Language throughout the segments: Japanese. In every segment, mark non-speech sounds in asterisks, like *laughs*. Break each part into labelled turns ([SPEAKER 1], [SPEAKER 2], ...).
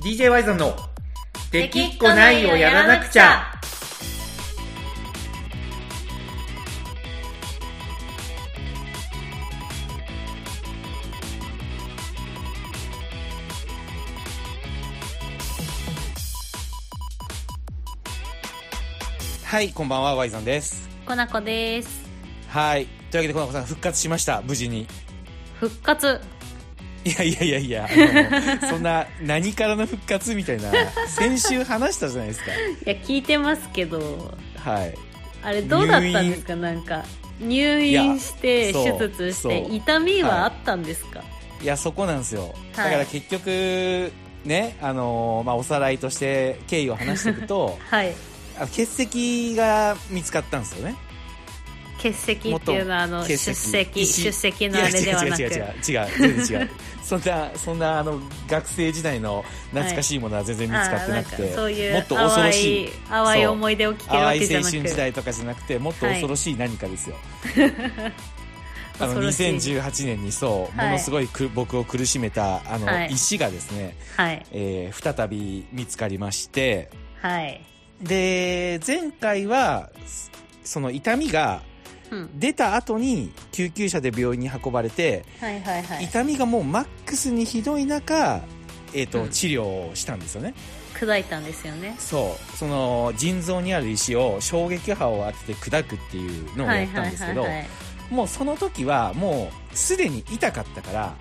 [SPEAKER 1] DJ ワイゾンの「できっこないをやらなくちゃ」
[SPEAKER 2] はい、こんばんは、ワイさんです。
[SPEAKER 3] コナコです
[SPEAKER 2] はい。というわけで、この子さん復活しました、無事に。
[SPEAKER 3] 復活
[SPEAKER 2] いやいやいやいや、あ
[SPEAKER 1] *laughs*
[SPEAKER 2] のそんな、何からの復活みたいな、先週話したじゃないです
[SPEAKER 3] いや聞いてますけど
[SPEAKER 2] か。はい。
[SPEAKER 3] あれどうだったんですかなんか入院して
[SPEAKER 2] いやそう
[SPEAKER 3] 手術し
[SPEAKER 2] そう
[SPEAKER 3] て痛み
[SPEAKER 2] はい
[SPEAKER 3] はあったんですか、
[SPEAKER 2] いや、そこなんですよ。だ
[SPEAKER 3] はい
[SPEAKER 2] から結局、ね、あのーまあ、おさらいとして経緯を話していく
[SPEAKER 3] *laughs*
[SPEAKER 2] と
[SPEAKER 3] はい
[SPEAKER 2] あの欠席が見つかったんですよね
[SPEAKER 3] 欠席っていうのはあの出
[SPEAKER 2] 欠
[SPEAKER 3] 席
[SPEAKER 2] 石
[SPEAKER 3] 出席のあれではなく
[SPEAKER 2] いや違う
[SPEAKER 3] *laughs*
[SPEAKER 2] 違う違う違う違う全然違うそんなそんなあの学生時代の懐かしいものは全然見つかってなく
[SPEAKER 3] あーん
[SPEAKER 2] て、
[SPEAKER 3] かそういう
[SPEAKER 2] もっと恐ろしい
[SPEAKER 3] 淡い淡い
[SPEAKER 2] そう
[SPEAKER 3] 思い出を聞けるわ
[SPEAKER 2] 淡
[SPEAKER 3] けじ
[SPEAKER 2] い
[SPEAKER 3] ゃ
[SPEAKER 2] 青
[SPEAKER 3] なく
[SPEAKER 2] 春時代とかじゃなくてもっと恐ろ *laughs* しい何かですよ、あの
[SPEAKER 3] 恐ろしい
[SPEAKER 2] 2018年にそう、
[SPEAKER 3] はい
[SPEAKER 2] ものすごいく僕を苦しめたあの、
[SPEAKER 3] はい
[SPEAKER 2] 石がですね、
[SPEAKER 3] はい
[SPEAKER 2] えー再び見つかりまして
[SPEAKER 3] はい、
[SPEAKER 2] で前回はその痛みが
[SPEAKER 3] うん、
[SPEAKER 2] 出た後に救急車で病院に運ばれて、
[SPEAKER 3] はいはいはい
[SPEAKER 2] 痛みがもうマックスにひどい中、えーと
[SPEAKER 3] うん
[SPEAKER 2] 治療をしたんですよね
[SPEAKER 3] 砕いたんですよね
[SPEAKER 2] そうその腎臓にある石を衝撃波を当てて砕くっていうのを
[SPEAKER 3] は
[SPEAKER 2] や
[SPEAKER 3] い
[SPEAKER 2] った
[SPEAKER 3] は
[SPEAKER 2] ん
[SPEAKER 3] い
[SPEAKER 2] です
[SPEAKER 3] は
[SPEAKER 2] けど
[SPEAKER 3] いはい
[SPEAKER 2] もうその時はもうすでに痛かったから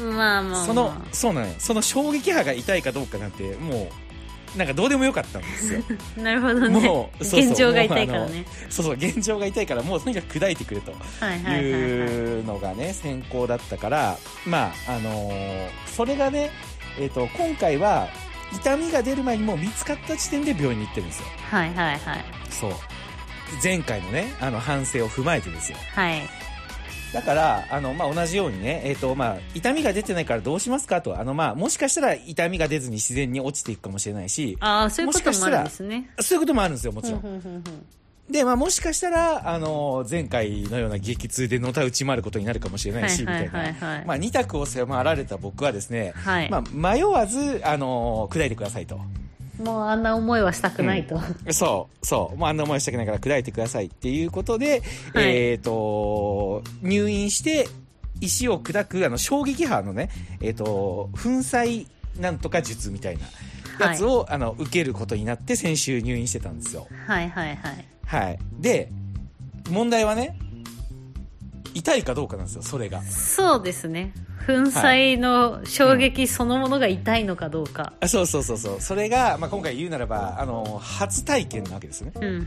[SPEAKER 3] まあまあ、まあ、
[SPEAKER 2] そのそうなのよその衝撃波が痛いかどうかなんてもうなんかどうでもよかったんですよ
[SPEAKER 3] なるほどね
[SPEAKER 2] もうそうそう
[SPEAKER 3] 現状が痛いから
[SPEAKER 2] も
[SPEAKER 3] ね
[SPEAKER 2] そうそう現状が痛いからもうとにかく砕いてくれと
[SPEAKER 3] はいはいはいはい
[SPEAKER 2] いうのがね先行だったからまああのーそれがね、えー、と今回は痛みが出る前にもう見つかった時点で病院に行ってるんですよ
[SPEAKER 3] はいはいはい
[SPEAKER 2] そう前回のねあの反省を踏まえてですよ
[SPEAKER 3] はい
[SPEAKER 2] だからあの、まあ、同じようにね、えーとまあ、痛みが出てないからどうしますかとあの、まあ、もしかしたら痛みが出ずに自然に落ちていくかもしれないし
[SPEAKER 3] ああそういうこともあるんですね
[SPEAKER 2] そういうこともあるんですよも
[SPEAKER 3] ふ
[SPEAKER 2] ちろ
[SPEAKER 3] ん
[SPEAKER 2] ん
[SPEAKER 3] ふんふんふん
[SPEAKER 2] で、まあ、もしかしたら、あの前回のような激痛でのたうち回ることになるかもしれないし、み
[SPEAKER 3] は
[SPEAKER 2] た
[SPEAKER 3] い
[SPEAKER 2] い
[SPEAKER 3] はいはいはい
[SPEAKER 2] な。まあ、二択を迫られた僕はですね、
[SPEAKER 3] はい
[SPEAKER 2] まあ、迷わず、あの砕いてくださいと。
[SPEAKER 3] もうあんな思いはしたくないと、
[SPEAKER 2] そう、そう。もうあんな思いしたくないから砕いてくださいっていうことで、
[SPEAKER 3] はい
[SPEAKER 2] えっ、と、入院して、石を砕く、あの、衝撃波のね、えっ、と、粉砕なんとか術みたいなやつを、あの、受けることになって、先週入院してたんですよ。
[SPEAKER 3] はいはいはい
[SPEAKER 2] はい。で、問題はね、痛いかどうかなんですよ、それが。
[SPEAKER 3] そうですね粉砕の衝撃そのものが痛いのかどうか、
[SPEAKER 2] あそうそうそうそう。それが、まあ、今回言うならば、あの、初体験なわけですね。
[SPEAKER 3] うん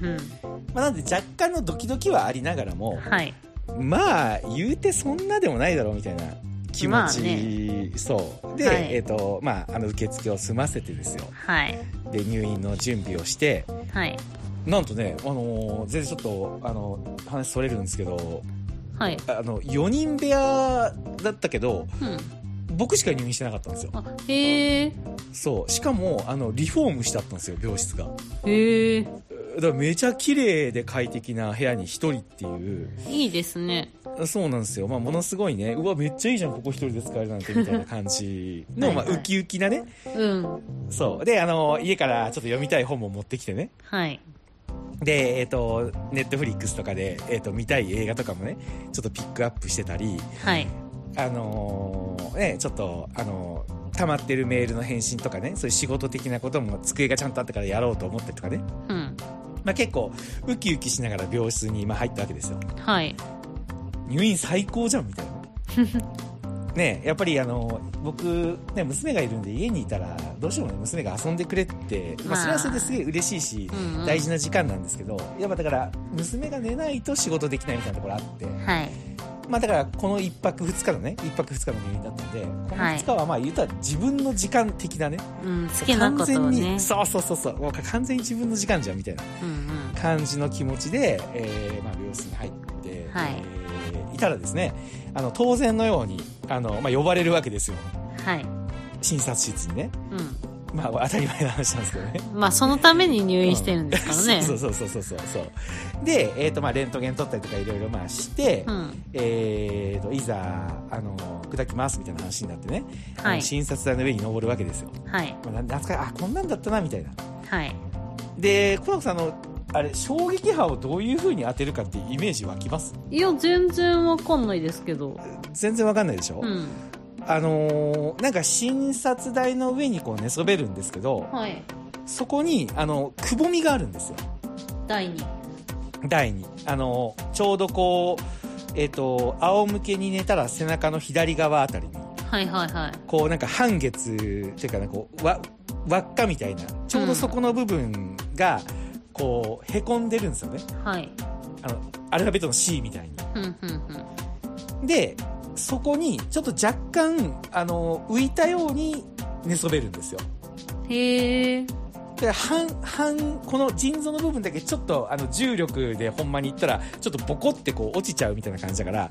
[SPEAKER 2] まあ、なんで若干のドキドキはありながらも
[SPEAKER 3] うん、はい
[SPEAKER 2] まあ、言うてそんなでもないだろうみたいな気持
[SPEAKER 3] まあ
[SPEAKER 2] ち、そう。で、
[SPEAKER 3] はい
[SPEAKER 2] えっ、と、まあ、あの、受付を済ませてですよ。
[SPEAKER 3] はい
[SPEAKER 2] で、入院の準備をして、
[SPEAKER 3] はい
[SPEAKER 2] なんとね、あのー全然ちょっと、あの、話それるんですけど、
[SPEAKER 3] はい
[SPEAKER 2] あの、4人部屋だったけど、
[SPEAKER 3] うん
[SPEAKER 2] 僕しか入院してなかったんですよ。
[SPEAKER 3] あへえ
[SPEAKER 2] そう。しかも、あの、リフォームしてあったんですよ、病室が。
[SPEAKER 3] へえ
[SPEAKER 2] だからめちゃ綺麗で快適な部屋に一人っていう。
[SPEAKER 3] いいですね
[SPEAKER 2] そうなんですよ。まあ、ものすごいね、うわ、めっちゃいいじゃん、ここ一人で使えるなんて、みたいな感
[SPEAKER 3] *laughs*
[SPEAKER 2] じの、
[SPEAKER 3] はいはい
[SPEAKER 2] まあ、ウキウキなね。
[SPEAKER 3] うん
[SPEAKER 2] そう。で、あの、家からちょっと読みたい本も持ってきてね。
[SPEAKER 3] はい
[SPEAKER 2] で、えっ、と、ネットフリックスとかで、えっ、と、見たい映画とかもね、ちょっとピックアップしてたり、
[SPEAKER 3] はい
[SPEAKER 2] あのーね、ちょっと、あのー溜まってるメールの返信とかね、そういう仕事的なことも机がちゃんとあってからやろうと思ってとかね。
[SPEAKER 3] うん
[SPEAKER 2] まあ結構、ウキウキしながら病室に今入ったわけですよ。
[SPEAKER 3] はい
[SPEAKER 2] 入院最高じゃん、みたいな。
[SPEAKER 3] *laughs*
[SPEAKER 2] ねやっぱりあのー、僕、ね、娘がいるんで家にいたら、どうしてもね、娘が遊んでくれって、まあ
[SPEAKER 3] まあ
[SPEAKER 2] それはそれですげえ嬉しいし、
[SPEAKER 3] うんうん
[SPEAKER 2] 大事な時間なんですけど、やっぱだから、娘が寝ないと仕事できないみたいなところあって、
[SPEAKER 3] はい
[SPEAKER 2] まあだからこの1泊2日のね1泊2日の入院だったんでこの
[SPEAKER 3] はい
[SPEAKER 2] 2日はまあ言うたら自分の時間的なね、
[SPEAKER 3] うん好きな
[SPEAKER 2] 完
[SPEAKER 3] ことを
[SPEAKER 2] 全に、
[SPEAKER 3] ね
[SPEAKER 2] そうそうそうそうもう完全に自分の時間じゃんみたいな
[SPEAKER 3] うんうん
[SPEAKER 2] 感じの気持ちで、えーまあ、病室に入って、
[SPEAKER 3] はい
[SPEAKER 2] えーいたらですねあの当然のようにあの、まあ、呼ばれるわけですよ
[SPEAKER 3] はい
[SPEAKER 2] 診察室にね
[SPEAKER 3] うん
[SPEAKER 2] まあ、当たり前の話なんですけどね。
[SPEAKER 3] まあそのために入院してるんですから
[SPEAKER 2] *laughs*
[SPEAKER 3] ね
[SPEAKER 2] そうそうそうそうそうそう。で、えっ、と、まあ、レントゲン取ったりとかいろいろまあして、
[SPEAKER 3] うん
[SPEAKER 2] えっ、と、いざ、あの、砕きますみたいな話になってね、
[SPEAKER 3] はい
[SPEAKER 2] あの診察台の上に登るわけですよ。
[SPEAKER 3] はい
[SPEAKER 2] まあ、な懐かしい、あ、こんなんだったな、みたいな。
[SPEAKER 3] はい
[SPEAKER 2] で、コナコさん、あの、あれ、衝撃波をどういう風に当てるかってイメージ湧きます
[SPEAKER 3] いや全然わかんないですけど
[SPEAKER 2] 全然わかんないでしょ、
[SPEAKER 3] うん
[SPEAKER 2] あのーなんか診察台の上にこう寝そべるんですけど、
[SPEAKER 3] はい
[SPEAKER 2] そこに、あの、くぼみがあるんですよ。
[SPEAKER 3] 第二
[SPEAKER 2] 台に。あの、ちょうどこう、えっ、と、仰向けに寝たら背中の左側あたりに、
[SPEAKER 3] はいはいはい
[SPEAKER 2] こうなんか半月、っていうかなんかこう、わ、輪っかみたいな、ちょうどそこの部分が、こう、へこんでるんですよね。
[SPEAKER 3] はい
[SPEAKER 2] あの、アルファベットの C みたいに。
[SPEAKER 3] ふんふんふん
[SPEAKER 2] で、そこに、ちょっと若干、あの、浮いたように寝そべるんですよ。
[SPEAKER 3] へえ
[SPEAKER 2] で半半この腎臓の部分だけちょっとあの重力でほんまにいったらちょっとボコってこう落ちちゃうみたいな感じだから、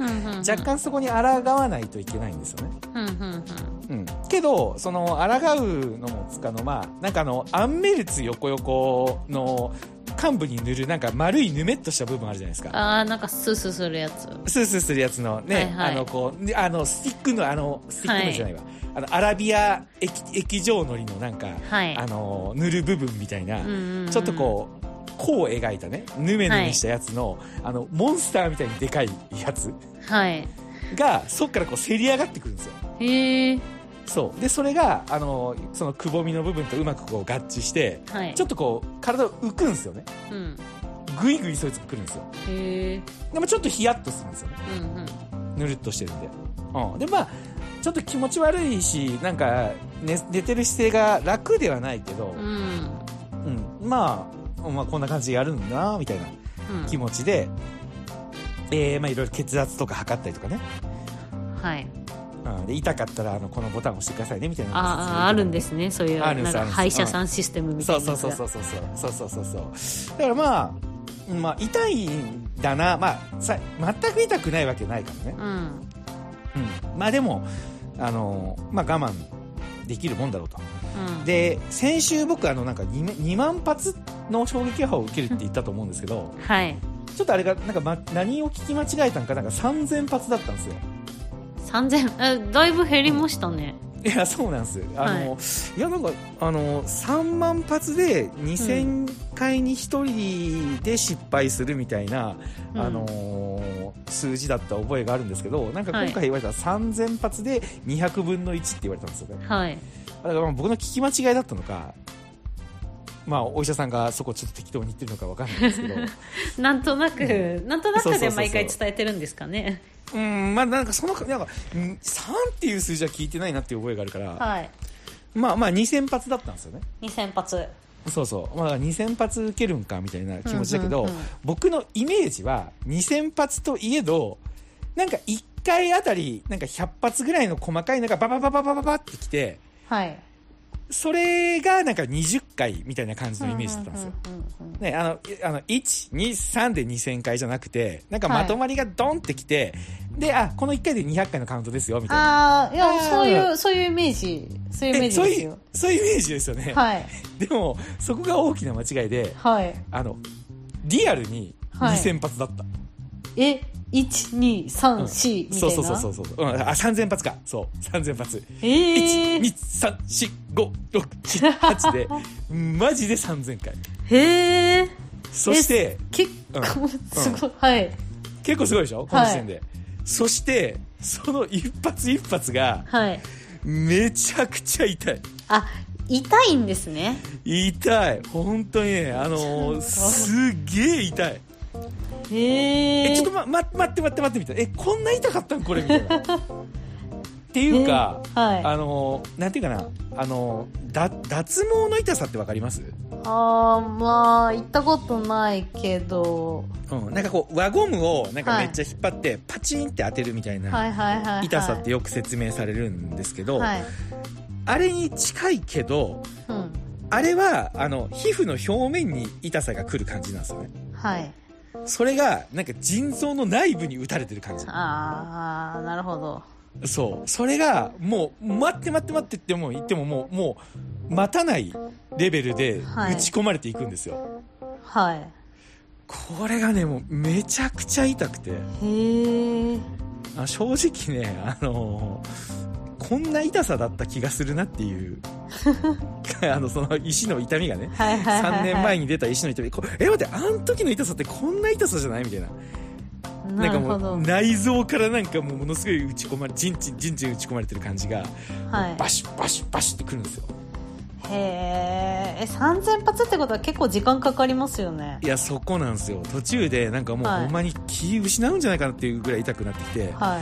[SPEAKER 2] 若干そこに抗わないといけないんですよね、
[SPEAKER 3] ふんふんふん
[SPEAKER 2] うん、けどその抗うのもつかの間なんかあのアンメルツ横横の幹部に塗るなんか丸いぬめっとした部分あるじゃないですか
[SPEAKER 3] ああなんかスースーするやつ
[SPEAKER 2] スースーするやつのね、
[SPEAKER 3] はいはい
[SPEAKER 2] あのこうねあのスティックのあのスティックのじゃないわ、あのアラビア液液状のりのなんか、
[SPEAKER 3] はい
[SPEAKER 2] あの塗る部分みたいな、
[SPEAKER 3] うんうんうん
[SPEAKER 2] ちょっとこう、弧を描いたね、ヌメヌメしたやつの、あの、モンスターみたいにでかいやつ
[SPEAKER 3] はい
[SPEAKER 2] が、そっからこう、せり上がってくるんですよ。
[SPEAKER 3] へえ
[SPEAKER 2] そう。で、それが、あの、そのくぼみの部分とうまくこう合致して、
[SPEAKER 3] はい
[SPEAKER 2] ちょっとこう、体を浮くんですよね。
[SPEAKER 3] うん
[SPEAKER 2] ぐいぐいそいつが来るんですよ。
[SPEAKER 3] へえ
[SPEAKER 2] でもちょっとヒヤッとするんですよね。
[SPEAKER 3] うんうん
[SPEAKER 2] ぬるっとしてるんで。うん。で、まあ、ちょっと気持ち悪いし、なんか、寝、寝てる姿勢が楽ではないけど、
[SPEAKER 3] うん
[SPEAKER 2] うん。まあ、まあ、こんな感じでやるんだな、みたいな。
[SPEAKER 3] うん
[SPEAKER 2] 気持ちで、えーまあ、いろいろ血圧とか測ったりとかね、
[SPEAKER 3] はい
[SPEAKER 2] うん、で痛かったらあのこのボタン押してくださいねみたいな
[SPEAKER 3] あああるんですねそういう
[SPEAKER 2] あ
[SPEAKER 3] な
[SPEAKER 2] るん
[SPEAKER 3] ん
[SPEAKER 2] です
[SPEAKER 3] か
[SPEAKER 2] あるんです
[SPEAKER 3] 歯医者さんシステムみ
[SPEAKER 2] そ
[SPEAKER 3] たいうな
[SPEAKER 2] そうそうそうそうそうそうそうそうそうだからまあ、まあ、痛いんだな、まあ、さ全く痛くないわけないからね
[SPEAKER 3] う、ん
[SPEAKER 2] うん、まあでもあの、まあ、我慢できるもんだろうと
[SPEAKER 3] うん
[SPEAKER 2] で先週僕あのなんか 2, 2万発の衝撃波を受けるって言ったと思うんですけど
[SPEAKER 3] はい
[SPEAKER 2] ちょっとあれがなんか、ま、何を聞き間違えたんかなんか3000発だったんですよ
[SPEAKER 3] 3000えだいぶ減りましたね、
[SPEAKER 2] いや、そうなんです。あの、い、や、なんか、あの、3万発で2000回に1人で失敗するみたいな、
[SPEAKER 3] うん
[SPEAKER 2] あのー数字だった覚えがあるんですけど、なんか今回言われたら3000発で200分の1って言われたんですよね。
[SPEAKER 3] はい
[SPEAKER 2] だからまあ僕の聞き間違いだったのか、まあ、お医者さんがそこちょっと適当に言ってるのかわかんないん
[SPEAKER 3] *laughs*
[SPEAKER 2] ですけど、
[SPEAKER 3] なんとなく、なんとな
[SPEAKER 2] そうそうそう
[SPEAKER 3] くで
[SPEAKER 2] そう
[SPEAKER 3] 毎回伝えてるんですかね
[SPEAKER 2] うん、まあなんかその、なんか、うん3っていう数字は聞いてないなっていう覚えがあるから、
[SPEAKER 3] はい
[SPEAKER 2] まあまあ2000発だったんですよね。
[SPEAKER 3] 2000発
[SPEAKER 2] そうそう、まあ、2000発受けるんかみたいな気持ちだけど、
[SPEAKER 3] うんうんうん
[SPEAKER 2] 僕のイメージは2000発といえどなんか1回あたりなんか100発ぐらいの細かいのがバババババババってきて
[SPEAKER 3] はい
[SPEAKER 2] それがなんか20回みたいな感じのイメージだったんですよ。
[SPEAKER 3] うんうんうんうん
[SPEAKER 2] ね、あの、えあの、1、2、3で2000回じゃなくて、なんかまとまりがドンってきて、で、あ、この1回で200回のカウントですよ、みたいな。
[SPEAKER 3] ああい
[SPEAKER 2] あ
[SPEAKER 3] や
[SPEAKER 2] ー
[SPEAKER 3] そういうそういうイメージそういうイメー
[SPEAKER 2] え
[SPEAKER 3] ジ
[SPEAKER 2] そう
[SPEAKER 3] です
[SPEAKER 2] い
[SPEAKER 3] よ
[SPEAKER 2] う、そういうイメージですよね。
[SPEAKER 3] はい
[SPEAKER 2] でも、そこが大きな間違いで、
[SPEAKER 3] はい
[SPEAKER 2] あの、リアルに
[SPEAKER 3] はい
[SPEAKER 2] 2000発だった。
[SPEAKER 3] え一1234、みたいな
[SPEAKER 2] そうそうそうそうそう。うん、あ、3000発か。そう、3000発。
[SPEAKER 3] え
[SPEAKER 2] 1、2、
[SPEAKER 3] ー、
[SPEAKER 2] 3、4、5、6、7、8で、 *laughs* マジで3000回。
[SPEAKER 3] へえ
[SPEAKER 2] そして、
[SPEAKER 3] 結構、
[SPEAKER 2] うん
[SPEAKER 3] すごい、 *laughs* はい
[SPEAKER 2] 結構すごいでしょこの時点で。そして、その一発一発が、
[SPEAKER 3] はい
[SPEAKER 2] めちゃくちゃ痛い。
[SPEAKER 3] あ痛いんですね
[SPEAKER 2] 痛い。本当にね、あのーすげえ痛い。
[SPEAKER 3] へえ
[SPEAKER 2] え、ちょっとま、ま、待って待って待ってみたいな。え、こんな痛かったんこれみた
[SPEAKER 3] *laughs*
[SPEAKER 2] いな。っていうか、
[SPEAKER 3] えはい
[SPEAKER 2] あのー、なんていうかな、あのー、だ、脱毛の痛さってわかります
[SPEAKER 3] ああまあ行ったことないけど
[SPEAKER 2] うん、なんかこう輪ゴムをなんか
[SPEAKER 3] は
[SPEAKER 2] め
[SPEAKER 3] い
[SPEAKER 2] っちゃ引っ張ってパチンって当てるみたい
[SPEAKER 3] は
[SPEAKER 2] ない
[SPEAKER 3] はいはい、はい、
[SPEAKER 2] 痛さってよく説明されるんですけど、
[SPEAKER 3] はい、
[SPEAKER 2] あれに近いけど
[SPEAKER 3] うん、
[SPEAKER 2] あれはあの皮膚の表面に痛さが来る感じなんですよね
[SPEAKER 3] はい
[SPEAKER 2] それがなんか腎臓の内部に打たれてる感じ
[SPEAKER 3] ああなるほど
[SPEAKER 2] そうそれがもう待って待って待ってってもう言ってももうもう待たないレベルで
[SPEAKER 3] はい
[SPEAKER 2] 打ち込まれていくんですよ、
[SPEAKER 3] はい。
[SPEAKER 2] これがねもうめちゃくちゃ痛くて
[SPEAKER 3] へえ。
[SPEAKER 2] あ正直ねあのこんな痛さだった気がするなっていう *laughs* あのその石の痛みがね
[SPEAKER 3] はいはいはい、はい。
[SPEAKER 2] 3年前に出た石の痛みこえ待ってあの時の痛さってこんな痛さじゃないみたいな
[SPEAKER 3] に
[SPEAKER 2] な
[SPEAKER 3] なんる
[SPEAKER 2] か
[SPEAKER 3] ほ
[SPEAKER 2] も
[SPEAKER 3] ど。
[SPEAKER 2] う内臓からなんかもうものすごい打ち込まれじんじんじんじん打ち込まれてる感じが
[SPEAKER 3] はい。
[SPEAKER 2] バシュバシュバシュってくるんですよ
[SPEAKER 3] へえ。え、3000発ってことは結構時間かかりますよね
[SPEAKER 2] い。やそこなんですよ途中でなんかもう
[SPEAKER 3] はい
[SPEAKER 2] ほんまに気失うんじゃないかなっていうぐらい痛くなってきて、
[SPEAKER 3] はい。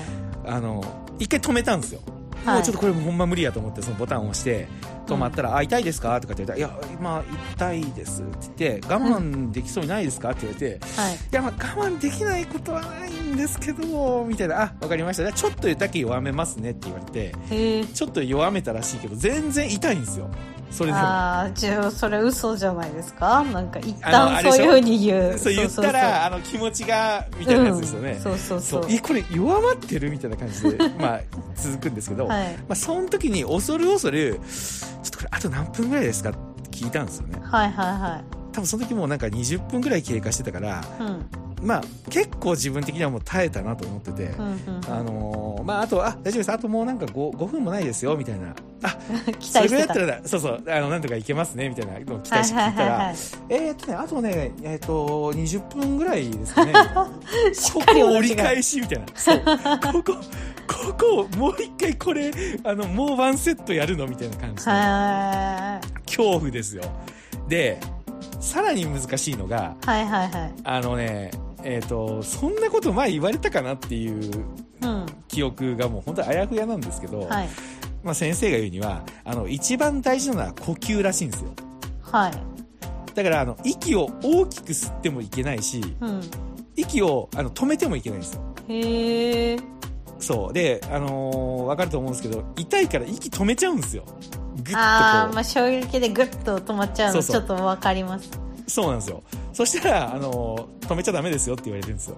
[SPEAKER 2] あの一回止めたんですよ、
[SPEAKER 3] はい
[SPEAKER 2] もうちょっとこれもほんま無理やと思ってそのボタンを押して止まったら「あ痛いですか?」とかって言われて「いや今痛いです」って言って「我慢できそうにないですか?」って言われて「
[SPEAKER 3] はい。
[SPEAKER 2] いやまあ我慢できないことはないんですけど」みたいな「あわかりましたじゃあちょっとだけ弱めますね」って言われて
[SPEAKER 3] へえ。
[SPEAKER 2] ちょっと弱めたらしいけど全然痛いんですよそれでも。
[SPEAKER 3] ああ、じゃあそれ嘘じゃないですかなんか一
[SPEAKER 2] あのあ
[SPEAKER 3] 旦
[SPEAKER 2] れで
[SPEAKER 3] そ
[SPEAKER 2] し
[SPEAKER 3] う
[SPEAKER 2] ょ
[SPEAKER 3] いうふうに言う。
[SPEAKER 2] そう言ったらあの気持ちがみたいなやつですよね、
[SPEAKER 3] うんそうそうそ
[SPEAKER 2] そううえこれ弱まってるみたいな感じでまあ続くんですけど、
[SPEAKER 3] はい
[SPEAKER 2] まあ、その時に恐る恐るちょっとこれあと何分ぐらいですかって聞いたんですよね
[SPEAKER 3] はいは
[SPEAKER 2] 多分その時もうなんか20分ぐらい経過してたから
[SPEAKER 3] いはい。うん。
[SPEAKER 2] まあ結構自分的にはもう耐えたなと思ってて、
[SPEAKER 3] うんうん。
[SPEAKER 2] あのーまああとあ大丈夫ですあともうなんか 5, 5分もないですよみたいなあ
[SPEAKER 3] 期
[SPEAKER 2] それ
[SPEAKER 3] 待し
[SPEAKER 2] ぐらいだ
[SPEAKER 3] てた。
[SPEAKER 2] ったらそうそうあのなんとかいけますねみたいなのを期待して聞いたら、
[SPEAKER 3] はいはいはいはい
[SPEAKER 2] えーっとね、あとね、えーっと、20分ぐらいですかね。こ
[SPEAKER 3] *laughs* しっかり
[SPEAKER 2] こ
[SPEAKER 3] お
[SPEAKER 2] 折
[SPEAKER 3] 願
[SPEAKER 2] り
[SPEAKER 3] い
[SPEAKER 2] 返しみたいな。そう。ここ、ここ、もう一回これ、あの、もうワンセットやるのみたいな感じで。
[SPEAKER 3] は
[SPEAKER 2] 恐怖ですよ。で、さらに難しいのが、
[SPEAKER 3] いはいはいはい。
[SPEAKER 2] あのね、えーっと、そんなこと前言われたかなっていう
[SPEAKER 3] うん。
[SPEAKER 2] 記憶がもう本当あやふやなんですけど、
[SPEAKER 3] はい。
[SPEAKER 2] まあ先生が言うには、あの、一番大事なのは呼吸らしいんですよ。
[SPEAKER 3] はい。
[SPEAKER 2] だから、あの、息を大きく吸ってもいけないし、
[SPEAKER 3] うん。
[SPEAKER 2] 息をあの止めてもいけないんですよ。
[SPEAKER 3] へえ。
[SPEAKER 2] そう。で、あのーわかると思うんですけど、痛いから息止めちゃうんですよ。ぐっとこう。
[SPEAKER 3] ああ、まあ衝撃でグッと止まっちゃう
[SPEAKER 2] そ
[SPEAKER 3] の
[SPEAKER 2] うそう
[SPEAKER 3] ちょっとわかります。
[SPEAKER 2] そうなんですよ。そしたら、あのー止めちゃダメですよって言われてるん
[SPEAKER 3] *laughs*
[SPEAKER 2] ですよ。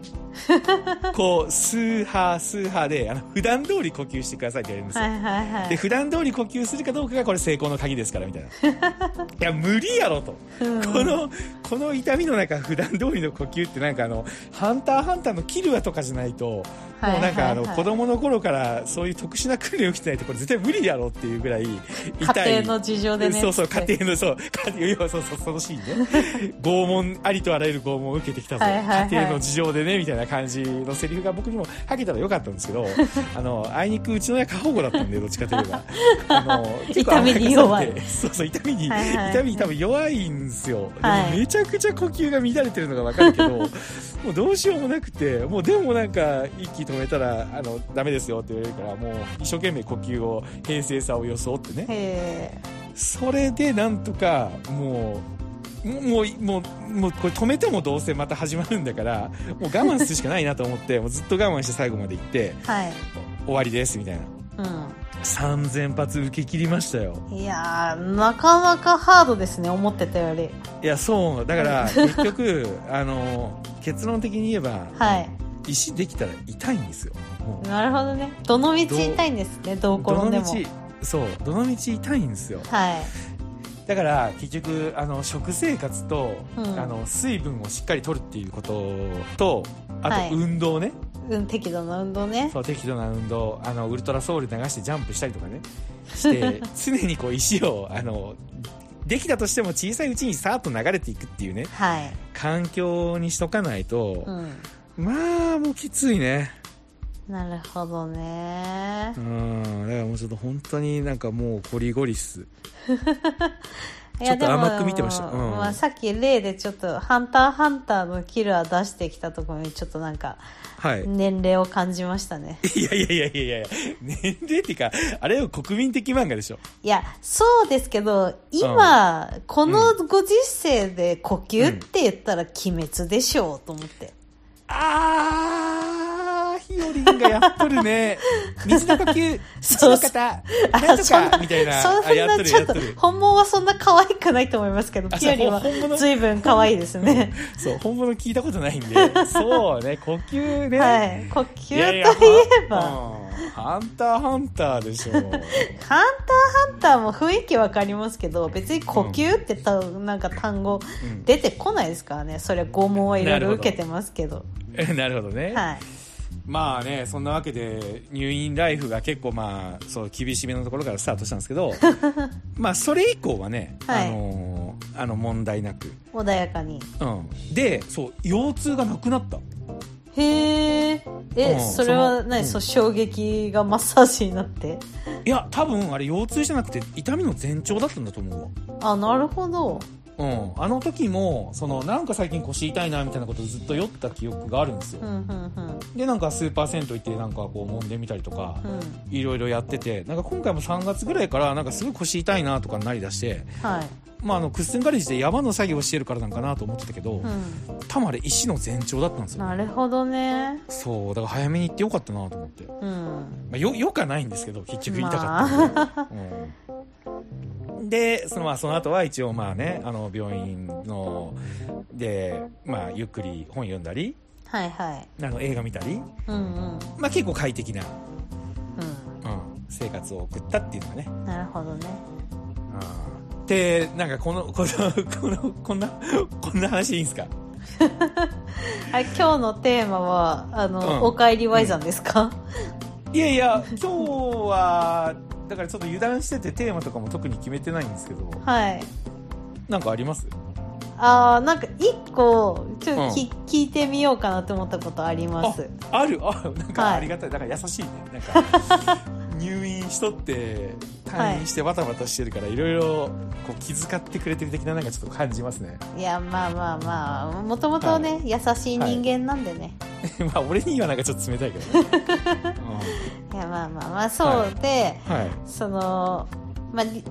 [SPEAKER 2] こう、スーハー、スーハーで、あの、普段通り呼吸してくださいって言われるんですよ。
[SPEAKER 3] はいはいは
[SPEAKER 2] で、
[SPEAKER 3] い。
[SPEAKER 2] 普段通り呼吸するかどうかがこれ成功の鍵ですから、み
[SPEAKER 3] *laughs*
[SPEAKER 2] たいな。いや、無理やろと。
[SPEAKER 3] うん
[SPEAKER 2] この、この痛みの中、普段通りの呼吸ってなんかあの、ハンターハンターのキルアとかじゃないと、
[SPEAKER 3] はい
[SPEAKER 2] もうなんかあの、
[SPEAKER 3] はいはい
[SPEAKER 2] 子供の頃からそういう特殊な訓練を受けてないと、これ絶対無理やろっていうぐらい、痛い。
[SPEAKER 3] 家庭の事情でね
[SPEAKER 2] そうそう、
[SPEAKER 3] つっ
[SPEAKER 2] 家
[SPEAKER 3] て
[SPEAKER 2] 庭の、そう、家庭、要はそうそう、そのシー
[SPEAKER 3] *laughs*
[SPEAKER 2] ンね。拷問、ありとあらゆる拷問を受けてきたぞ。
[SPEAKER 3] はいはいはい
[SPEAKER 2] 家庭の事情でね、みたいな感じのセリフが僕にも吐けたらよかったんです
[SPEAKER 3] *laughs*
[SPEAKER 2] けど、あの、あいにくうちの親過保護だったんで、どっちかといえば。あの、結構
[SPEAKER 3] *laughs* 痛みに弱い
[SPEAKER 2] 甘やかされてそうそう、痛みに、
[SPEAKER 3] はいはい
[SPEAKER 2] 痛みに多分弱いんですよ。で
[SPEAKER 3] は
[SPEAKER 2] も
[SPEAKER 3] い
[SPEAKER 2] めちゃくちゃ呼吸が乱れてるのがわかるけど、 *laughs* もうどうしようもなくて、もうでもなんか、息止めたら、あの、ダメですよって言われるから、もう一生懸命呼吸を、平静さを装ってね。
[SPEAKER 3] へ
[SPEAKER 2] それでなんとかもうもうもうもうこれ止めてもどうせまた始まるんだからもう我慢するしかないなと思って *laughs* もうずっと我慢して最後まで行って
[SPEAKER 3] え。はい。
[SPEAKER 2] 終わりですみたいな3000発受け切りましたよ
[SPEAKER 3] うん。いやー、なかなかハードですね、思ってたより。
[SPEAKER 2] いやそうだ
[SPEAKER 3] *laughs*
[SPEAKER 2] から結局あの結論的に言えば
[SPEAKER 3] はい。
[SPEAKER 2] 石できたら痛いんですよもう
[SPEAKER 3] なるほどね。どの道痛いんですね、どう転んでも。
[SPEAKER 2] どの道そうどの道痛いんですよ
[SPEAKER 3] はい。
[SPEAKER 2] だから結局あの食生活と、
[SPEAKER 3] うん
[SPEAKER 2] あの水分をしっかりとるっていうことと
[SPEAKER 3] は
[SPEAKER 2] あ
[SPEAKER 3] い
[SPEAKER 2] と運動ね、
[SPEAKER 3] うん、適度な運動ね。
[SPEAKER 2] そう適度な運動あのウルトラソウル流してジャンプしたりとかねして
[SPEAKER 3] *laughs*
[SPEAKER 2] 常にこう石をあのできたとしても小さいうちにさーっと流れていくっていうね
[SPEAKER 3] はい。
[SPEAKER 2] 環境にしとかないと
[SPEAKER 3] う、ん。
[SPEAKER 2] まあもうきついね
[SPEAKER 3] なるほどね
[SPEAKER 2] う。んだからもうちょっと本当になんかもうゴリゴリっすちょ
[SPEAKER 3] いや
[SPEAKER 2] っと
[SPEAKER 3] でも
[SPEAKER 2] 甘く見てましたうん
[SPEAKER 3] まあ、さっき例でちょっと「ハンターハンター」のキルア出してきたところにちょっとなんか
[SPEAKER 2] はい、
[SPEAKER 3] 年齢を感じましたね
[SPEAKER 2] いやいやいやいやいや年齢っていうかあれは国民的漫画でしょ
[SPEAKER 3] いやそうですけど今、このご時世で呼吸って言ったら「鬼滅」でしょうと思って、
[SPEAKER 2] あー、ヒヨリンがやっとる
[SPEAKER 3] *laughs*
[SPEAKER 2] ね。水の呼吸、一
[SPEAKER 3] そう
[SPEAKER 2] の方、なんとか、みたいな。
[SPEAKER 3] そん
[SPEAKER 2] あやっと
[SPEAKER 3] な
[SPEAKER 2] る
[SPEAKER 3] ちょ
[SPEAKER 2] やっ
[SPEAKER 3] っ
[SPEAKER 2] と
[SPEAKER 3] と
[SPEAKER 2] る。
[SPEAKER 3] 本物はそんな可愛くないと思いますけど
[SPEAKER 2] あ
[SPEAKER 3] ピュアリ
[SPEAKER 2] そう本
[SPEAKER 3] は
[SPEAKER 2] 物
[SPEAKER 3] 随分可愛いですね
[SPEAKER 2] そう、本物聞いたことないんで。そうね、呼吸ね。
[SPEAKER 3] はい呼吸といえば
[SPEAKER 2] ば。うんハンターハンターでしょ。
[SPEAKER 3] *laughs* ハンターハンターも雰囲気わかりますけど別に呼吸ってた、なんか単語
[SPEAKER 2] うん
[SPEAKER 3] 出てこないですからねそりゃ拷問はいろいろ受けてますけど
[SPEAKER 2] なるほどね、
[SPEAKER 3] はい
[SPEAKER 2] まあねそんなわけで入院ライフが結構まあそう厳しめのところからスタートしたんですけ
[SPEAKER 3] *laughs*
[SPEAKER 2] どまあそれ以降はね、
[SPEAKER 3] はい
[SPEAKER 2] あのーあの問題なく、
[SPEAKER 3] 穏やかに
[SPEAKER 2] うん、でそう腰痛がなくなった
[SPEAKER 3] へええ、
[SPEAKER 2] うん
[SPEAKER 3] それは何
[SPEAKER 2] そ
[SPEAKER 3] そ
[SPEAKER 2] の
[SPEAKER 3] う衝撃がマッサージになって
[SPEAKER 2] いや多分あれ腰痛じゃなくて痛みの前兆だったんだと思うわ
[SPEAKER 3] あなるほど
[SPEAKER 2] うん、あの時もそのなんか最近腰痛いなみたいなことずっと酔った記憶があるんですよ
[SPEAKER 3] うん、うんうん
[SPEAKER 2] でなんかスーパー銭湯行ってなんかこう揉んでみたりとか、
[SPEAKER 3] うん
[SPEAKER 2] いろいろやっててなんか今回も3月ぐらいからなんかすごい腰痛いなとかになりだして、
[SPEAKER 3] はい
[SPEAKER 2] まあ、あのクッスンガレージで山の作業してるからなんかなと思ってたけど、
[SPEAKER 3] うん
[SPEAKER 2] 多分あれ石の前兆だったんですよ
[SPEAKER 3] なるほどね
[SPEAKER 2] そうだから早めに行ってよかったなと思って、ま
[SPEAKER 3] うん
[SPEAKER 2] あ、よよくはないんですけど結局痛かった、
[SPEAKER 3] まあ
[SPEAKER 2] うんでそのまあその後は一応まあねあの病院ので、まあ、ゆっくり本読んだり
[SPEAKER 3] はいはい
[SPEAKER 2] あの映画見たり、
[SPEAKER 3] うんうん
[SPEAKER 2] まあ、結構快適な、うん
[SPEAKER 3] う
[SPEAKER 2] 生活を送ったっていうのがね、
[SPEAKER 3] んなるほどね
[SPEAKER 2] うんでなんかこの *laughs* このこのこんなこんな話でいいんですか
[SPEAKER 3] はい今日のテーマはあの、
[SPEAKER 2] うん
[SPEAKER 3] おかえりワイザンですか、
[SPEAKER 2] いやいや今日はだからちょっと油断しててテーマとかも特に決めてないんですけど
[SPEAKER 3] はい
[SPEAKER 2] なんかあります
[SPEAKER 3] あーなんか一個ちょっと
[SPEAKER 2] う
[SPEAKER 3] き、聞いてみようかなと思ったことあります
[SPEAKER 2] あるあなん
[SPEAKER 3] は
[SPEAKER 2] か
[SPEAKER 3] い
[SPEAKER 2] ありがたい、なんか優しいねなんか
[SPEAKER 3] *laughs*
[SPEAKER 2] 入院しとって退院してバタバタしてるから、い、ろいろこう気遣ってくれてる的ななんかちょっと感じますね *laughs*
[SPEAKER 3] いやまあまあまあもともとね、優しい人間なんでね、
[SPEAKER 2] まあ俺にはなんかちょっと冷たいけどね、
[SPEAKER 3] *laughs* い、やまあまあまあそう
[SPEAKER 2] はい
[SPEAKER 3] で、
[SPEAKER 2] うんはい
[SPEAKER 3] そのまあリ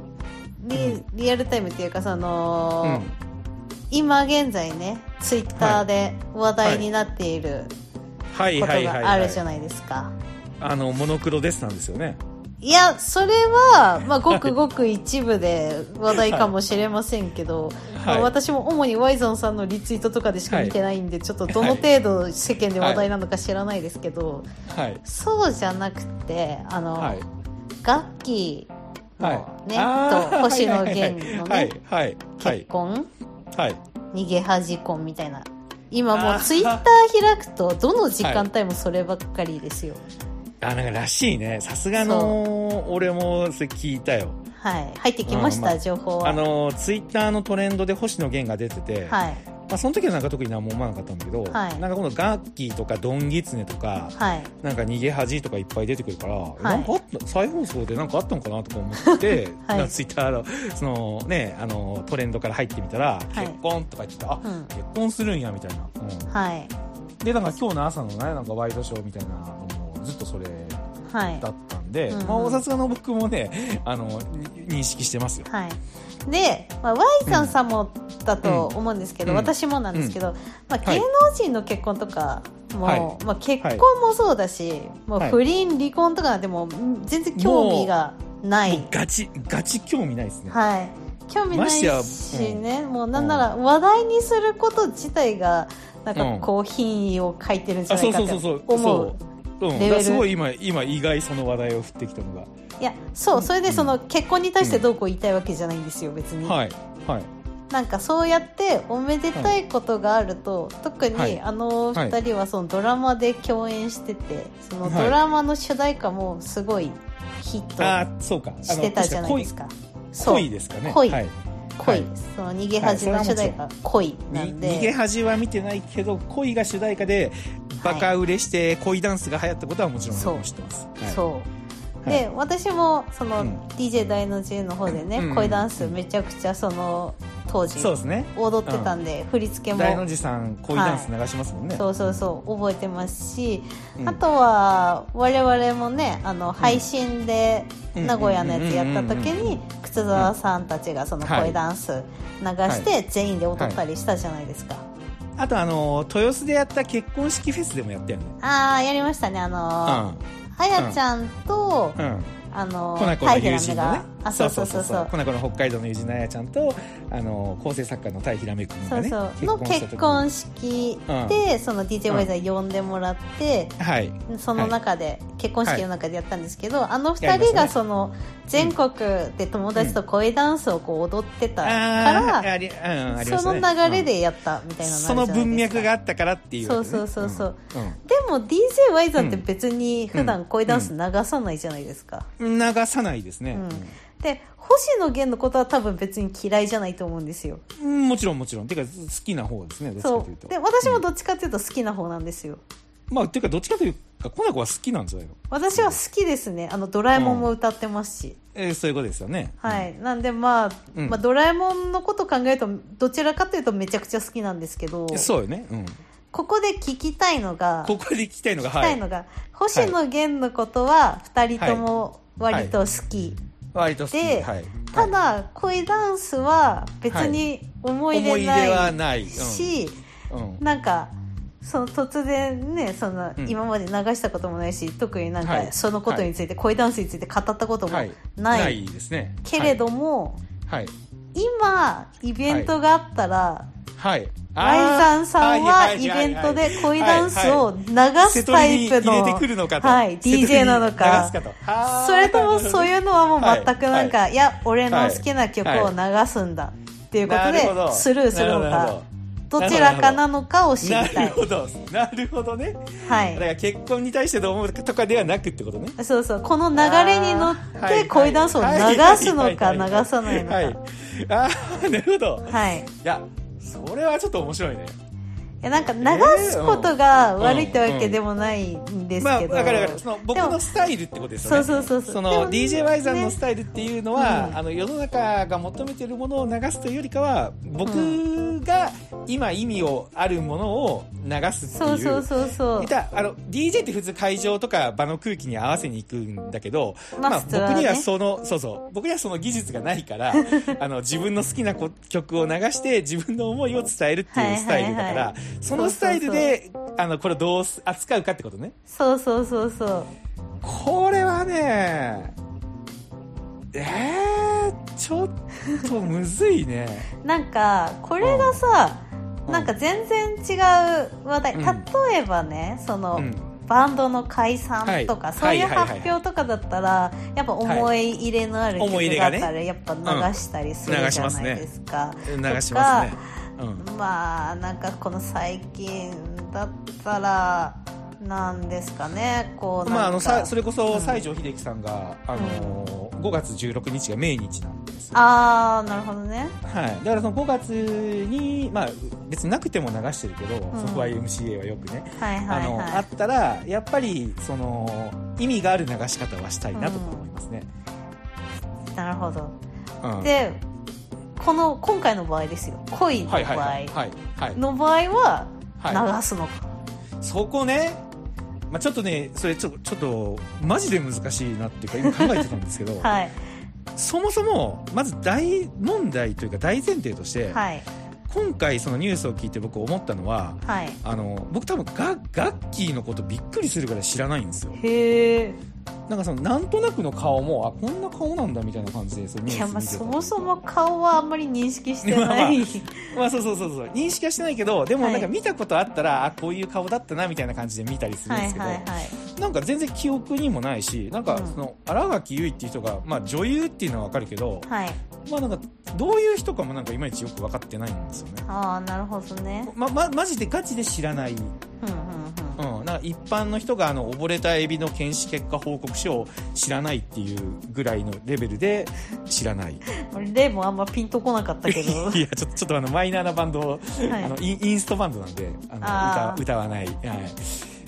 [SPEAKER 3] リリアルタイムっていうかその、
[SPEAKER 2] うん
[SPEAKER 3] 今現在ねツイッターで話題になっている
[SPEAKER 2] はい
[SPEAKER 3] こと
[SPEAKER 2] はいはい、
[SPEAKER 3] があ
[SPEAKER 2] は
[SPEAKER 3] るじゃ
[SPEAKER 2] い、
[SPEAKER 3] ないですか、
[SPEAKER 2] あのモノクロですなんですよね
[SPEAKER 3] いや、それは、まあ、ごくごく一部で話題かもしれませんけど、ま
[SPEAKER 2] *laughs*
[SPEAKER 3] あ、
[SPEAKER 2] はい
[SPEAKER 3] 私も主にワイゾンさんのリツイートとかでしか見てないんで、ちょっとどの程度世間で話題なのか知らないですけど、
[SPEAKER 2] *laughs* はい
[SPEAKER 3] そうじゃなくて、あの、
[SPEAKER 2] はい
[SPEAKER 3] ガッキー
[SPEAKER 2] は
[SPEAKER 3] の
[SPEAKER 2] い
[SPEAKER 3] ね、
[SPEAKER 2] あー
[SPEAKER 3] と星野源のね、
[SPEAKER 2] はいはいは
[SPEAKER 3] 結
[SPEAKER 2] い
[SPEAKER 3] 婚、
[SPEAKER 2] はいはい
[SPEAKER 3] 逃げ恥婚みたいな。今も
[SPEAKER 2] あー
[SPEAKER 3] うツイッター開くと、どの時間帯もそればっかりですよ。
[SPEAKER 2] あなんからしいねさすがの俺もそれ聞いたよ
[SPEAKER 3] はい。入ってきました、
[SPEAKER 2] うんまあ
[SPEAKER 3] 情報は。
[SPEAKER 2] あのツイッターのトレンドで星野源が出てて、
[SPEAKER 3] はい。
[SPEAKER 2] まあ、その時はなんか特に何も思わなかったんだけど、
[SPEAKER 3] はい
[SPEAKER 2] なんかこのガッキーとかドンギツネとか、
[SPEAKER 3] はい。
[SPEAKER 2] なんか逃げ恥とかいっぱい出てくるから、
[SPEAKER 3] い
[SPEAKER 2] なんかあった再放送でなんかあったのかなとか思って、
[SPEAKER 3] *laughs* はい
[SPEAKER 2] なんかツイッターのその、ね、あのトレンドから入ってみたら、
[SPEAKER 3] い
[SPEAKER 2] 結婚とか言ってたあ、
[SPEAKER 3] うん。
[SPEAKER 2] 結婚するんやみたいな、うん
[SPEAKER 3] はい。
[SPEAKER 2] でなんか今日の朝の、ね、なんかワイドショーみたいなのもずっとそれ
[SPEAKER 3] はい
[SPEAKER 2] だ。ったんで、
[SPEAKER 3] うんうん
[SPEAKER 2] まあ、さすがの僕もねあのに認識してますよ。
[SPEAKER 3] はい、で、まあ、Y さんさんもだと思うんですけど、
[SPEAKER 2] うん
[SPEAKER 3] 私もなんですけど、まあ、
[SPEAKER 2] はい
[SPEAKER 3] 芸能人の結婚とかも、
[SPEAKER 2] はい
[SPEAKER 3] まあ、結婚もそうだし、もう
[SPEAKER 2] はい
[SPEAKER 3] 不倫離婚とかなんてもううん全然興味がない
[SPEAKER 2] もう、ガチガチ興味ないですね。
[SPEAKER 3] はい、興味ない
[SPEAKER 2] ま
[SPEAKER 3] し
[SPEAKER 2] して
[SPEAKER 3] ね、もうなんなら話題にすること自体がなんか
[SPEAKER 2] うん
[SPEAKER 3] こう品位を書いてるんじゃ
[SPEAKER 2] あ
[SPEAKER 3] な
[SPEAKER 2] そ
[SPEAKER 3] いうか
[SPEAKER 2] そ
[SPEAKER 3] っ
[SPEAKER 2] う
[SPEAKER 3] て
[SPEAKER 2] そうそう
[SPEAKER 3] 思う。
[SPEAKER 2] そう、うん、だ
[SPEAKER 3] レベル
[SPEAKER 2] からすごい今今意外その話題を振ってきたの
[SPEAKER 3] いやそうそれでその
[SPEAKER 2] う
[SPEAKER 3] 結婚に対してどうこう言いたいわけじゃないんですよ別に、
[SPEAKER 2] がはいはい
[SPEAKER 3] なんかそうやっておめでたいことがあると、特
[SPEAKER 2] は
[SPEAKER 3] に
[SPEAKER 2] い
[SPEAKER 3] あの二人はそのドラマで共演してて、その
[SPEAKER 2] はい
[SPEAKER 3] ドラマの主題歌もすごいヒッ
[SPEAKER 2] あーそうかあの
[SPEAKER 3] トしてたじゃないですか。
[SPEAKER 2] 確か
[SPEAKER 3] そう
[SPEAKER 2] 恋恋ですかね
[SPEAKER 3] 恋
[SPEAKER 2] はい、
[SPEAKER 3] 恋、
[SPEAKER 2] はい
[SPEAKER 3] その逃げ恥の主題歌、恋
[SPEAKER 2] に
[SPEAKER 3] なん
[SPEAKER 2] 逃げ
[SPEAKER 3] で、
[SPEAKER 2] 恥は見てないけど恋が主題歌でバカ売れして恋ダンスが流行ったことはもちろん
[SPEAKER 3] そう
[SPEAKER 2] 僕も知ってます、はい、
[SPEAKER 3] そう。
[SPEAKER 2] はい
[SPEAKER 3] で、私もその、
[SPEAKER 2] うん
[SPEAKER 3] DJ 大の自由の方でね、
[SPEAKER 2] うん
[SPEAKER 3] 恋ダンスめちゃくちゃその当時
[SPEAKER 2] そうですね
[SPEAKER 3] 踊ってたんで、振り付け
[SPEAKER 2] 大の
[SPEAKER 3] も
[SPEAKER 2] 字さん恋ダンス流しますもんね、
[SPEAKER 3] そうそうそう覚えてますし、
[SPEAKER 2] うん
[SPEAKER 3] あとは我々もねあの配信で
[SPEAKER 2] うん
[SPEAKER 3] 名古屋のやつやった時
[SPEAKER 2] うんうんうんうん
[SPEAKER 3] に靴沢さんたちがその
[SPEAKER 2] は
[SPEAKER 3] 声
[SPEAKER 2] い
[SPEAKER 3] ダンス流して全員で踊ったりしたじゃないですか、
[SPEAKER 2] あとあの豊洲でやった結婚式フェスでもやったよね
[SPEAKER 3] ああやりましたねあのーあやちゃんと、
[SPEAKER 2] うんうん
[SPEAKER 3] あの
[SPEAKER 2] コナ
[SPEAKER 3] ー
[SPEAKER 2] コの
[SPEAKER 3] 大
[SPEAKER 2] 友
[SPEAKER 3] 平目
[SPEAKER 2] 人のね
[SPEAKER 3] が、あそうそうそうそう
[SPEAKER 2] この頃北海道の友人のあやちゃんとあの構成作家の対ひらめくん
[SPEAKER 3] そ
[SPEAKER 2] が
[SPEAKER 3] う
[SPEAKER 2] ね
[SPEAKER 3] そうの
[SPEAKER 2] した時
[SPEAKER 3] 結
[SPEAKER 2] に
[SPEAKER 3] 婚式で、その DJ ワイザー呼んでもらって、
[SPEAKER 2] はい
[SPEAKER 3] その中で、結婚式の中でやったんですけど、あの二人
[SPEAKER 2] やりましたね
[SPEAKER 3] がその全国で友達と恋ダンスをこう踊ってた
[SPEAKER 2] あー
[SPEAKER 3] か
[SPEAKER 2] あり、うん、あ
[SPEAKER 3] ら、
[SPEAKER 2] りまし
[SPEAKER 3] その
[SPEAKER 2] たね
[SPEAKER 3] 流れ
[SPEAKER 2] うん
[SPEAKER 3] でやったみたいなのあるじ
[SPEAKER 2] そ
[SPEAKER 3] ゃな
[SPEAKER 2] の
[SPEAKER 3] いですか
[SPEAKER 2] 文脈があったからっていうわけね、
[SPEAKER 3] そうそうそうそう
[SPEAKER 2] うんうん
[SPEAKER 3] でも DJ ワイザーって別に普段恋ダンス流さないじゃないですか、
[SPEAKER 2] 流さないですね、
[SPEAKER 3] うん、で星野源のことは多分別に嫌いじゃないと思うんですよ
[SPEAKER 2] うんもちろんもちろんていうか好きな方ですねどっちか
[SPEAKER 3] そ
[SPEAKER 2] というと
[SPEAKER 3] うで私もどっちかっていうと好きな方なんですよ、
[SPEAKER 2] まあていうかどっちかというかコナコは好きなんじゃないの、
[SPEAKER 3] 私は好きですねあのドラえもんも歌ってますし、
[SPEAKER 2] えーそういうことですよね
[SPEAKER 3] はいなんで、まあ
[SPEAKER 2] うん
[SPEAKER 3] まあドラえもんのこと考えるとどちらかというとめちゃくちゃ好きなんですけど
[SPEAKER 2] そうよね、うん、
[SPEAKER 3] ここで聞きたいのが
[SPEAKER 2] ここで聞きたいのが
[SPEAKER 3] 聞きた
[SPEAKER 2] はいい
[SPEAKER 3] のが、星野源のことは2人とも割と好き、
[SPEAKER 2] 割と好き
[SPEAKER 3] で
[SPEAKER 2] はい、
[SPEAKER 3] ただ恋ダンスは別に思い
[SPEAKER 2] 思い
[SPEAKER 3] 出
[SPEAKER 2] 出
[SPEAKER 3] な
[SPEAKER 2] はいない、うん
[SPEAKER 3] し、
[SPEAKER 2] うん
[SPEAKER 3] なんかその突然ねその
[SPEAKER 2] うん
[SPEAKER 3] 今まで流したこともないし、特になん
[SPEAKER 2] は
[SPEAKER 3] か
[SPEAKER 2] い
[SPEAKER 3] そのことについて、恋ダンスについて語ったことも
[SPEAKER 2] はい、
[SPEAKER 3] ない,、
[SPEAKER 2] ですね
[SPEAKER 3] けれども、
[SPEAKER 2] はい
[SPEAKER 3] 今イベントがあったら、
[SPEAKER 2] はい、はい、
[SPEAKER 3] ワイザンさんはイ
[SPEAKER 2] いはい
[SPEAKER 3] ベントで恋
[SPEAKER 2] はい
[SPEAKER 3] ダ
[SPEAKER 2] は
[SPEAKER 3] ン
[SPEAKER 2] い
[SPEAKER 3] スを流すタイプ
[SPEAKER 2] 瀬戸に
[SPEAKER 3] の
[SPEAKER 2] 入れてくるのかと、
[SPEAKER 3] はい
[SPEAKER 2] 瀬戸に
[SPEAKER 3] DJ なの
[SPEAKER 2] 流
[SPEAKER 3] か
[SPEAKER 2] すとはー
[SPEAKER 3] それともそういうのはもう
[SPEAKER 2] はい
[SPEAKER 3] 全くなんか、いや俺の好きな曲を流すんだっていうこ
[SPEAKER 2] なるほ
[SPEAKER 3] と
[SPEAKER 2] ど
[SPEAKER 3] でスルーするの
[SPEAKER 2] なほ
[SPEAKER 3] かどちらかなのかを知り
[SPEAKER 2] な
[SPEAKER 3] た
[SPEAKER 2] る
[SPEAKER 3] い。
[SPEAKER 2] ほどなるほどね
[SPEAKER 3] は
[SPEAKER 2] だ
[SPEAKER 3] い
[SPEAKER 2] から結婚に対してどう思うとかではなくってことね
[SPEAKER 3] そうそうこの流れに乗
[SPEAKER 2] あ
[SPEAKER 3] っ
[SPEAKER 2] ーはいは
[SPEAKER 3] て
[SPEAKER 2] い
[SPEAKER 3] 恋ダンスを流すの
[SPEAKER 2] は
[SPEAKER 3] か
[SPEAKER 2] い
[SPEAKER 3] 流
[SPEAKER 2] はい
[SPEAKER 3] さないのか
[SPEAKER 2] は
[SPEAKER 3] はいい、
[SPEAKER 2] ああなるほど
[SPEAKER 3] い、
[SPEAKER 2] いやそれはちょっと面白いね
[SPEAKER 3] やなんか流すことが悪いってわけでもないんです
[SPEAKER 2] まあ
[SPEAKER 3] け
[SPEAKER 2] だ
[SPEAKER 3] ど、
[SPEAKER 2] からだからその僕
[SPEAKER 3] で
[SPEAKER 2] の
[SPEAKER 3] も
[SPEAKER 2] スタイルってことですよね
[SPEAKER 3] そうそうそうそう
[SPEAKER 2] そ
[SPEAKER 3] でも
[SPEAKER 2] の
[SPEAKER 3] ね
[SPEAKER 2] d j y さんのスタイルっていうのは、
[SPEAKER 3] うん
[SPEAKER 2] あの世の中が求めてるものを流すというよりかは僕が今意味をあるものを流すっていう
[SPEAKER 3] そうそうそうそう
[SPEAKER 2] いたあの DJ って普通会場とか場の空気に合わせに行くんだけど、
[SPEAKER 3] ま
[SPEAKER 2] ま
[SPEAKER 3] あ
[SPEAKER 2] あ
[SPEAKER 3] 普
[SPEAKER 2] 僕
[SPEAKER 3] 通はね
[SPEAKER 2] にはそのそうそう僕にはその技術がないから
[SPEAKER 3] *laughs*
[SPEAKER 2] あの自分の好きなこ曲を流して自分の思いを伝えるって
[SPEAKER 3] はいいう
[SPEAKER 2] スタイルだから、
[SPEAKER 3] はいは
[SPEAKER 2] そのスタイルであのこれをどう扱うかってことね
[SPEAKER 3] そうそうそうそう
[SPEAKER 2] これはねえー、ちょっとむずいね
[SPEAKER 3] *laughs* なんかこれがさ、
[SPEAKER 2] うん
[SPEAKER 3] なんか全然違う話題、
[SPEAKER 2] うん
[SPEAKER 3] 例えばねその、
[SPEAKER 2] うん
[SPEAKER 3] バンドの解散とか、
[SPEAKER 2] はい
[SPEAKER 3] そういう
[SPEAKER 2] はいはい
[SPEAKER 3] 発
[SPEAKER 2] はい
[SPEAKER 3] 表とかだったら、やっぱ思い入れのある曲
[SPEAKER 2] 思い入れ
[SPEAKER 3] があ
[SPEAKER 2] が
[SPEAKER 3] っ
[SPEAKER 2] ね
[SPEAKER 3] たらやっぱ流したりす
[SPEAKER 2] う
[SPEAKER 3] る
[SPEAKER 2] ん
[SPEAKER 3] じ
[SPEAKER 2] 流し
[SPEAKER 3] ゃ
[SPEAKER 2] ます
[SPEAKER 3] ない
[SPEAKER 2] ね
[SPEAKER 3] ですか。
[SPEAKER 2] 流しますねうん
[SPEAKER 3] とかまあなんかこの最近だったらなんですかねこうなんか、
[SPEAKER 2] まあ、あのさそれこ
[SPEAKER 3] うん
[SPEAKER 2] そ西城秀樹さんが、あのー5月16日が命日なんですよ
[SPEAKER 3] あーなるほどね
[SPEAKER 2] はい、だからその5月に、まあ、別になくても流してるけど、
[SPEAKER 3] ん
[SPEAKER 2] その YMCA はよくね、
[SPEAKER 3] はいはい
[SPEAKER 2] あのあ
[SPEAKER 3] は
[SPEAKER 2] ったらやっぱりその意味がある流し方はしたいなとか思いますね。
[SPEAKER 3] いなるほど、
[SPEAKER 2] うん
[SPEAKER 3] でこの今回の場合ですよ恋の場合、
[SPEAKER 2] はいはいはいはいはい、
[SPEAKER 3] の場合は
[SPEAKER 2] はい
[SPEAKER 3] 流すのか、
[SPEAKER 2] そこね、まあ、ちょっとねそれちょちょっとマジで難しいなっていうか今考えてたんですけど、
[SPEAKER 3] *laughs* はい
[SPEAKER 2] そもそもまず大問題というか大前提として、
[SPEAKER 3] はい
[SPEAKER 2] 今回そのニュースを聞いて僕思ったのは
[SPEAKER 3] はい
[SPEAKER 2] あの僕多分ガガッキーのことびっくりするぐらい知らないんですよ。
[SPEAKER 3] へえ
[SPEAKER 2] なんかそのなんとなくの顔もあこんな顔なんだみたいな感じでそうニュー
[SPEAKER 3] い
[SPEAKER 2] ス
[SPEAKER 3] やまあ
[SPEAKER 2] 見てた
[SPEAKER 3] そもそも顔はあんまり認識してない
[SPEAKER 2] まあそうそうそうそう認識はしてないけどでも
[SPEAKER 3] はい
[SPEAKER 2] なんか見たことあったら、あこういう顔だったなみたいな感じで見たりするん
[SPEAKER 3] は
[SPEAKER 2] で
[SPEAKER 3] い
[SPEAKER 2] すけど、
[SPEAKER 3] はいはい
[SPEAKER 2] なんか全然記憶にもないしなんか
[SPEAKER 3] うん
[SPEAKER 2] その新垣結衣っていう人がまあ女優っていうのはわかるけど、
[SPEAKER 3] はい
[SPEAKER 2] まあなんかどういう人かもなんかいまいちよく分かってないんですよね。
[SPEAKER 3] ああなるほどね
[SPEAKER 2] ま、ま、マジでガチで知らない
[SPEAKER 3] うんうん
[SPEAKER 2] うん、なんか一般の人があの溺れたエビの検視結果報告書を知らないっていうぐらいのレベルで知ら
[SPEAKER 3] *laughs*
[SPEAKER 2] ない
[SPEAKER 3] うん俺例もあんまピンとこなかったけど
[SPEAKER 2] いやちょっとちょっとあのマイナーなバンドを、
[SPEAKER 3] はい
[SPEAKER 2] あのインインストバンドなんであの
[SPEAKER 3] あ
[SPEAKER 2] 歌
[SPEAKER 3] ー
[SPEAKER 2] 歌わない、はい、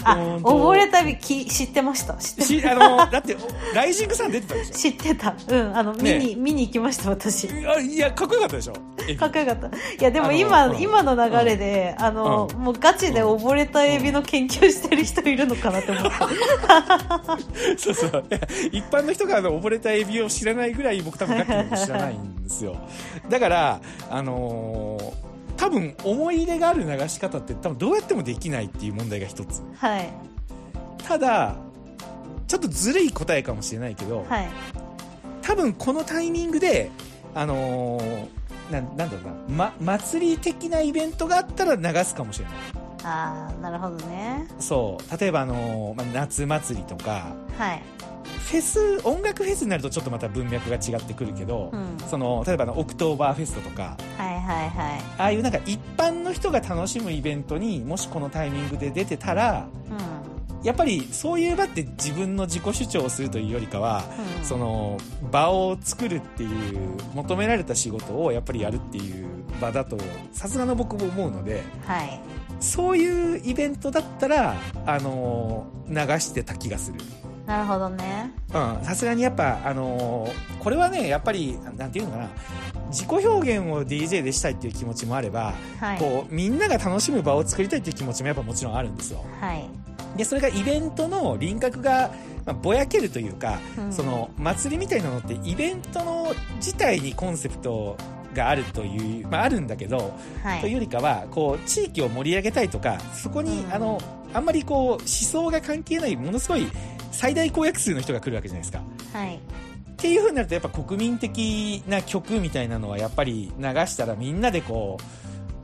[SPEAKER 3] あ
[SPEAKER 2] うーんと
[SPEAKER 3] 溺れたびき知ってました知って
[SPEAKER 2] しあのだっておライジングさん出てたでし
[SPEAKER 3] 知ってたうんあの見
[SPEAKER 2] ね
[SPEAKER 3] に見に行きま *laughs* した私
[SPEAKER 2] ょあいやかっこよかったでしょエビ
[SPEAKER 3] かっこよかったいやでも
[SPEAKER 2] あの
[SPEAKER 3] 今
[SPEAKER 2] うん
[SPEAKER 3] 今の流れであの
[SPEAKER 2] うん
[SPEAKER 3] もうガチで溺れたエビの研究してる人いるのかなって思って
[SPEAKER 2] *laughs* そうそういや一般の人があの溺れたエビを知らないぐらい僕多分ガッキーのこと知らないんですよだからあのー多分思い入れがある流し方って多分どうやってもできないっていう問題が一つ
[SPEAKER 3] *laughs* はい
[SPEAKER 2] ただちょっとずるい答えかもしれないけど、
[SPEAKER 3] はい
[SPEAKER 2] 多分このタイミングで、あのーななんだろうな、ま、祭り的なイベントがあったら流すかもしれない。
[SPEAKER 3] ああ、なるほどね。
[SPEAKER 2] そう。例えば、あのーまあ、夏祭りとか、
[SPEAKER 3] はい。
[SPEAKER 2] フェス、音楽フェスになるとちょっとまた文脈が違ってくるけど、
[SPEAKER 3] うん
[SPEAKER 2] その、例えばあの、オクトーバーフェストとか、
[SPEAKER 3] はいはいはい。
[SPEAKER 2] ああいうなんか一般の人が楽しむイベントにもしこのタイミングで出てたら、
[SPEAKER 3] うん。
[SPEAKER 2] やっぱりそういう場って自分の自己主張をするというよりかは、
[SPEAKER 3] うん
[SPEAKER 2] その場を作るっていう求められた仕事をやっぱりやるっていう場だとさすがの僕も思うので
[SPEAKER 3] はい。
[SPEAKER 2] そういうイベントだったら、あのー流してた気がする
[SPEAKER 3] なるほどね。
[SPEAKER 2] うんさすがにやっぱ、あのーこれはねやっぱりなんていうのかな自己表現を DJ でしたいっていう気持ちもあれば、
[SPEAKER 3] はい。
[SPEAKER 2] こうみんなが楽しむ場を作りたいっていう気持ちもやっぱもちろんあるんですよ
[SPEAKER 3] はい。
[SPEAKER 2] でそれがイベントの輪郭が、まあぼやけるというか、
[SPEAKER 3] うん
[SPEAKER 2] その祭りみたいなのってイベントの自体にコンセプトがあるという、まあ、あるんだけど、
[SPEAKER 3] は
[SPEAKER 2] という
[SPEAKER 3] い。
[SPEAKER 2] よりかはこう地域を盛り上げたいとかそこに、
[SPEAKER 3] うん
[SPEAKER 2] あのあんまりこう思想が関係ないものすごい最大公約数の人が来るわけじゃないですか。
[SPEAKER 3] はい。
[SPEAKER 2] っていう風になるとやっぱ国民的な曲みたいなのはやっぱり流したらみんなでこ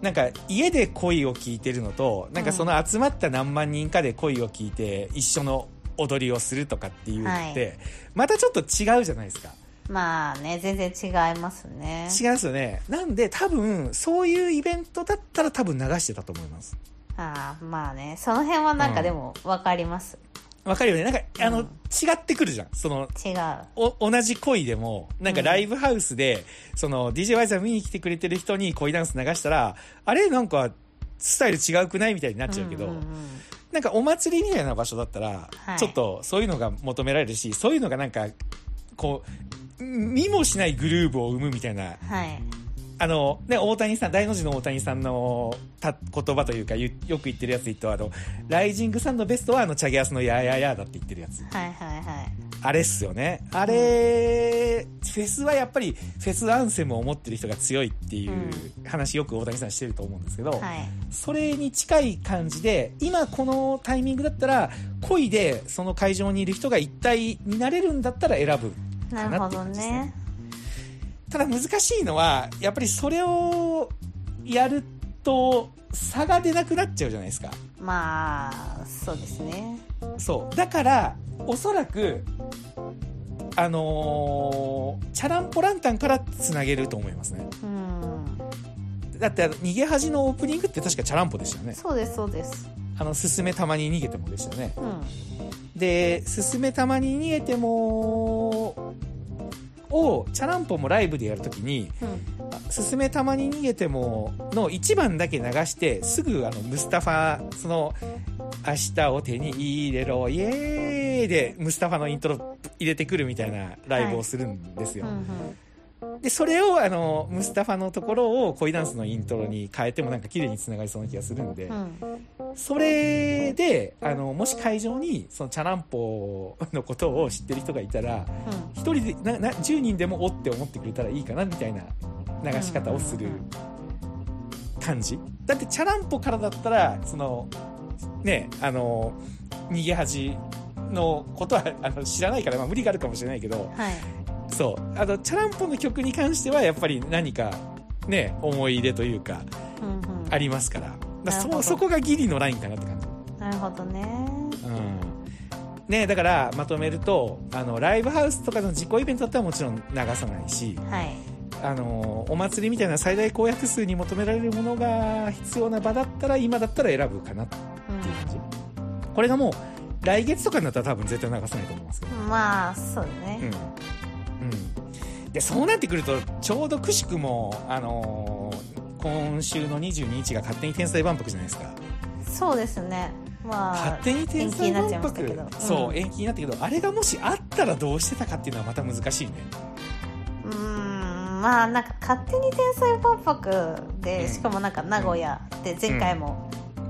[SPEAKER 2] うなんか家で恋を聴いてるのとなんかその集まった何万人かで恋を聴いて一緒の踊りをするとかっていうのって、
[SPEAKER 3] は
[SPEAKER 2] またちょっと違うじゃないですか
[SPEAKER 3] まあね、全然違いますね。
[SPEAKER 2] 違うんですよねなんで多分そういうイベントだったら多分流してたと思います
[SPEAKER 3] ああ、まあね。その辺はなん
[SPEAKER 2] う
[SPEAKER 3] か
[SPEAKER 2] ん
[SPEAKER 3] でもわかります。
[SPEAKER 2] わかるよねなんかあの、
[SPEAKER 3] うん
[SPEAKER 2] 違ってくるじゃんその
[SPEAKER 3] 違う。
[SPEAKER 2] お同じ恋でも、なんか
[SPEAKER 3] うん
[SPEAKER 2] ライブハウスで、その DJY さん見に来てくれてる人に恋ダンス流したら、あれなんか、スタイル違うくないみたいになっちゃうけど、
[SPEAKER 3] んんん
[SPEAKER 2] なんかお祭りみたいな場所だったら、
[SPEAKER 3] はい
[SPEAKER 2] ちょっとそういうのが求められるし、そういうのがなんか、こう、見もしないグルーブを生むみたいな、
[SPEAKER 3] はい。
[SPEAKER 2] あの、ね、大谷さん、大の字の大谷さんのた言葉というか、ゆよく言ってるやつで言ったあの、ライジングさんのベストはあの、チャゲアスのやーやーやーだって言ってるやつ。
[SPEAKER 3] はいはいはい。
[SPEAKER 2] あれっすよね。あれ、フェスはやっぱり、フェスアンセムを持ってる人が強いっていう
[SPEAKER 3] う
[SPEAKER 2] 話よく大谷さんしてると思うんですけど、
[SPEAKER 3] はい。
[SPEAKER 2] それに近い感じで、今このタイミングだったら、恋でその会場にいる人が一体になれるんだったら選ぶ。
[SPEAKER 3] なるほどね。
[SPEAKER 2] ただ難しいのは、やっぱりそれをやると、差が出なくなっちゃうじゃないですか。
[SPEAKER 3] まあ、そうですね。
[SPEAKER 2] そう。だから、おそらく、あのーチャランポランタンからつなげると思いますね。
[SPEAKER 3] うん。
[SPEAKER 2] だって、あの逃げ恥のオープニングって確かチャランポでしたよね。
[SPEAKER 3] そうですそうです。
[SPEAKER 2] あの、すすめたまに逃げてもでしたよね。
[SPEAKER 3] うん。
[SPEAKER 2] で、すすめたまに逃げても、を、チャランポもライブでやるときに、
[SPEAKER 3] うん。
[SPEAKER 2] すすめたまに逃げてもの1番だけ流して、すぐあの、ムスタファ、その、明日を手に入れろ、イエーイで、ムスタファのイントロ入れてくるみたいなライブをするんですよ。
[SPEAKER 3] うん
[SPEAKER 2] で、それをあの、ムスタファのところを恋ダンスのイントロに変えてもなんか綺麗に繋がりそうな気がするんで、
[SPEAKER 3] うん。うん。
[SPEAKER 2] それで、あの、もし会場にそのチャランポのことを知ってる人がいたら、
[SPEAKER 3] うん。
[SPEAKER 2] 一人でなな10人でもおって思ってくれたらいいかなみたいな流し方をする
[SPEAKER 3] うんうんうん
[SPEAKER 2] 感じだってチャランポからだったらそのねあの逃げ恥のことはあの知らないから、まあ、無理があるかもしれないけど
[SPEAKER 3] はい。
[SPEAKER 2] そうあのチャランポの曲に関してはやっぱり何かね思い入れというか
[SPEAKER 3] うんうん。
[SPEAKER 2] ありますからだから
[SPEAKER 3] なるほ
[SPEAKER 2] そ
[SPEAKER 3] ど
[SPEAKER 2] そこがギリのラインかなって感じ。
[SPEAKER 3] なるほどね。
[SPEAKER 2] うんね、だからまとめるとあのライブハウスとかの自己イベントだったらもちろん流さないし、
[SPEAKER 3] はい。
[SPEAKER 2] あのお祭りみたいな最大公約数に求められるものが必要な場だったら今だったら選ぶかなっていう感じ、これがもう来月とかになったら多分絶対流さないと思いますけど
[SPEAKER 3] うん。まあ、そう
[SPEAKER 2] うん、
[SPEAKER 3] ね。
[SPEAKER 2] うん、でそうなってくるとちょうどくしくもあの今週の22日が勝手に天才万博じゃないですか
[SPEAKER 3] そうですね。まあ。
[SPEAKER 2] 勝手に天才万博
[SPEAKER 3] 延期になっちゃいましたけど
[SPEAKER 2] そううん延期になったけどあれがもしあったらどうしてたかっていうのはまた難しいね
[SPEAKER 3] うーんまあなんか勝手に天才万博
[SPEAKER 2] う
[SPEAKER 3] で
[SPEAKER 2] ん
[SPEAKER 3] しかもなんか名古屋で前回も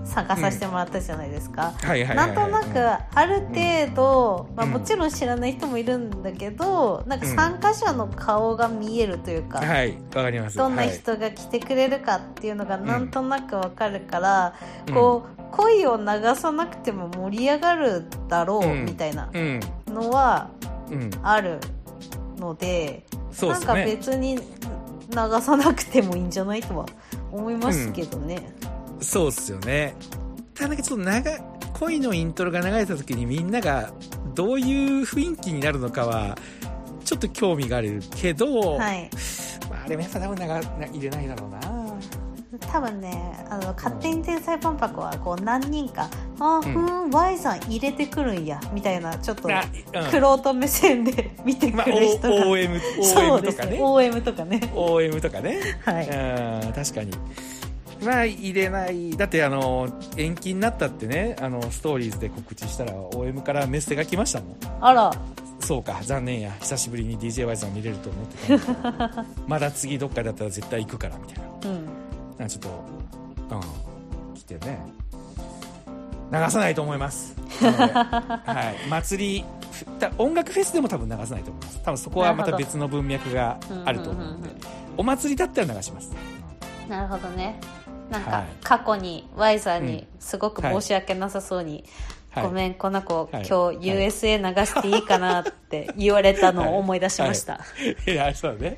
[SPEAKER 3] 参加させてもらったじゃないですか、
[SPEAKER 2] はいは
[SPEAKER 3] なんとなくある程度、まあ、
[SPEAKER 2] うん
[SPEAKER 3] もちろん知らない人もいるんだけどなんか参加者の顔が見えるというか、
[SPEAKER 2] はいわかります
[SPEAKER 3] どんな人が来てくれるかっていうのがなんとなくわかるから、
[SPEAKER 2] うん
[SPEAKER 3] こう恋を流さなくても盛り上がるだろうみたいな
[SPEAKER 2] うん
[SPEAKER 3] のは
[SPEAKER 2] うん
[SPEAKER 3] あるので、
[SPEAKER 2] そうで
[SPEAKER 3] なん
[SPEAKER 2] す
[SPEAKER 3] か
[SPEAKER 2] ね
[SPEAKER 3] 別に流さなくてもいいんじゃないとは思いますけどね。
[SPEAKER 2] そうっすよねただなんかちょっと長い恋のイントロが流れた時にみんながどういう雰囲気になるのかはちょっと興味があるけど、
[SPEAKER 3] はい。
[SPEAKER 2] まあ、あれもやっぱ多分ながな入れないだろうな
[SPEAKER 3] 多分ね、あの、勝手に天才万博は、こう、何人か、あー、
[SPEAKER 2] うん
[SPEAKER 3] ふーん、Y さん入れてくるんや、みたいな、ちょっと、
[SPEAKER 2] なうん
[SPEAKER 3] くろうと目線で見てく
[SPEAKER 2] まあ、
[SPEAKER 3] る人
[SPEAKER 2] O-
[SPEAKER 3] *laughs* が。
[SPEAKER 2] OM,
[SPEAKER 3] そう
[SPEAKER 2] OM
[SPEAKER 3] で
[SPEAKER 2] と
[SPEAKER 3] す
[SPEAKER 2] か
[SPEAKER 3] ね。
[SPEAKER 2] ね
[SPEAKER 3] OM とかね。
[SPEAKER 2] OM とかね
[SPEAKER 3] はい。
[SPEAKER 2] うん確かにまあ入れないだってあの延期になったってねあのストーリーズで告知したら OM からメッセが来ましたもん
[SPEAKER 3] あら、
[SPEAKER 2] そうか残念や久しぶりに DJY さん見れると思ってたの *laughs* にまだ次どっかだったら絶対行くからみたいな
[SPEAKER 3] うん。
[SPEAKER 2] なんかちょっとうん来てね流さないと思いますな *laughs* のではい祭りふた音楽フェスでも多分流さないと思います多分そこはまた別の文脈があると思うんで
[SPEAKER 3] うんうんうん
[SPEAKER 2] お祭りだったら流します
[SPEAKER 3] なるほどね。なん
[SPEAKER 2] は
[SPEAKER 3] か
[SPEAKER 2] い、
[SPEAKER 3] 過去に Y さんに、すごく
[SPEAKER 2] はい
[SPEAKER 3] 申し訳なさそうに、
[SPEAKER 2] はい
[SPEAKER 3] ごめん、この子、
[SPEAKER 2] はい
[SPEAKER 3] 今日 USA 流していいかなって言われた
[SPEAKER 2] *laughs*
[SPEAKER 3] のを思い出しました。
[SPEAKER 2] *laughs* いやそう *laughs* だね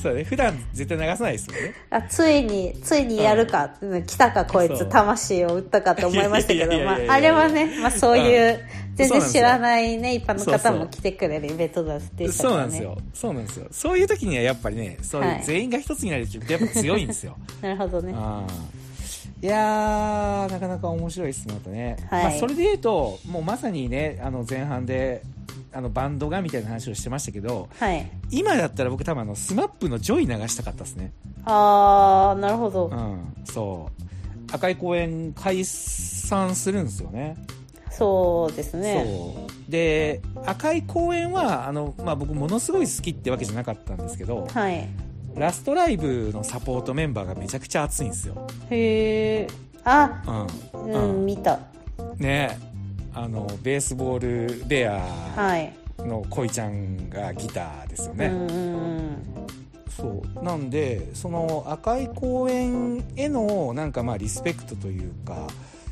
[SPEAKER 2] そうだね普段絶対流さないですよね
[SPEAKER 3] あついについにやるか、うん来たかこい
[SPEAKER 2] そ
[SPEAKER 3] つ
[SPEAKER 2] う
[SPEAKER 3] 魂を打ったかと思いましたけ
[SPEAKER 2] いや
[SPEAKER 3] ど
[SPEAKER 2] いやいやいやい
[SPEAKER 3] ま
[SPEAKER 2] や
[SPEAKER 3] ああれはね、まあ、そういう、全
[SPEAKER 2] そうな
[SPEAKER 3] 然
[SPEAKER 2] んです
[SPEAKER 3] 知
[SPEAKER 2] よ
[SPEAKER 3] らないね一般の
[SPEAKER 2] そ
[SPEAKER 3] 方
[SPEAKER 2] うそ
[SPEAKER 3] も
[SPEAKER 2] う
[SPEAKER 3] 来てくれるイベントだって
[SPEAKER 2] そうなんですよそうなんですよそういう時にはやっぱりねそう
[SPEAKER 3] はいいう
[SPEAKER 2] 全員が一つになるってやっぱ強いんですよ、
[SPEAKER 3] なるほどね
[SPEAKER 2] うんいやーなかなか面白いですねまたね、
[SPEAKER 3] はい
[SPEAKER 2] まあ、それで言うともうまさにねあの前半であのバンドがみたいな話をしてましたけど
[SPEAKER 3] はい
[SPEAKER 2] 今だったら僕多分あのスマップのジョイ流したかったですね
[SPEAKER 3] あーなるほど、
[SPEAKER 2] うんそう赤い公園解散するんですよね
[SPEAKER 3] そうですね
[SPEAKER 2] そうで赤い公園はあの、まあ、僕ものすごい好きってわけじゃなかったんですけど、
[SPEAKER 3] はい
[SPEAKER 2] ラストライブのサポートメンバーがめちゃくちゃ熱いんですよ、
[SPEAKER 3] へえあ
[SPEAKER 2] う
[SPEAKER 3] うんん、
[SPEAKER 2] うん、
[SPEAKER 3] 見た
[SPEAKER 2] ねあのベースボールベア
[SPEAKER 3] はい、
[SPEAKER 2] の恋ちゃんがギターですよ
[SPEAKER 3] う
[SPEAKER 2] ね、
[SPEAKER 3] んうん
[SPEAKER 2] そうなんでその赤い公園へのなんかまあリスペクトというか、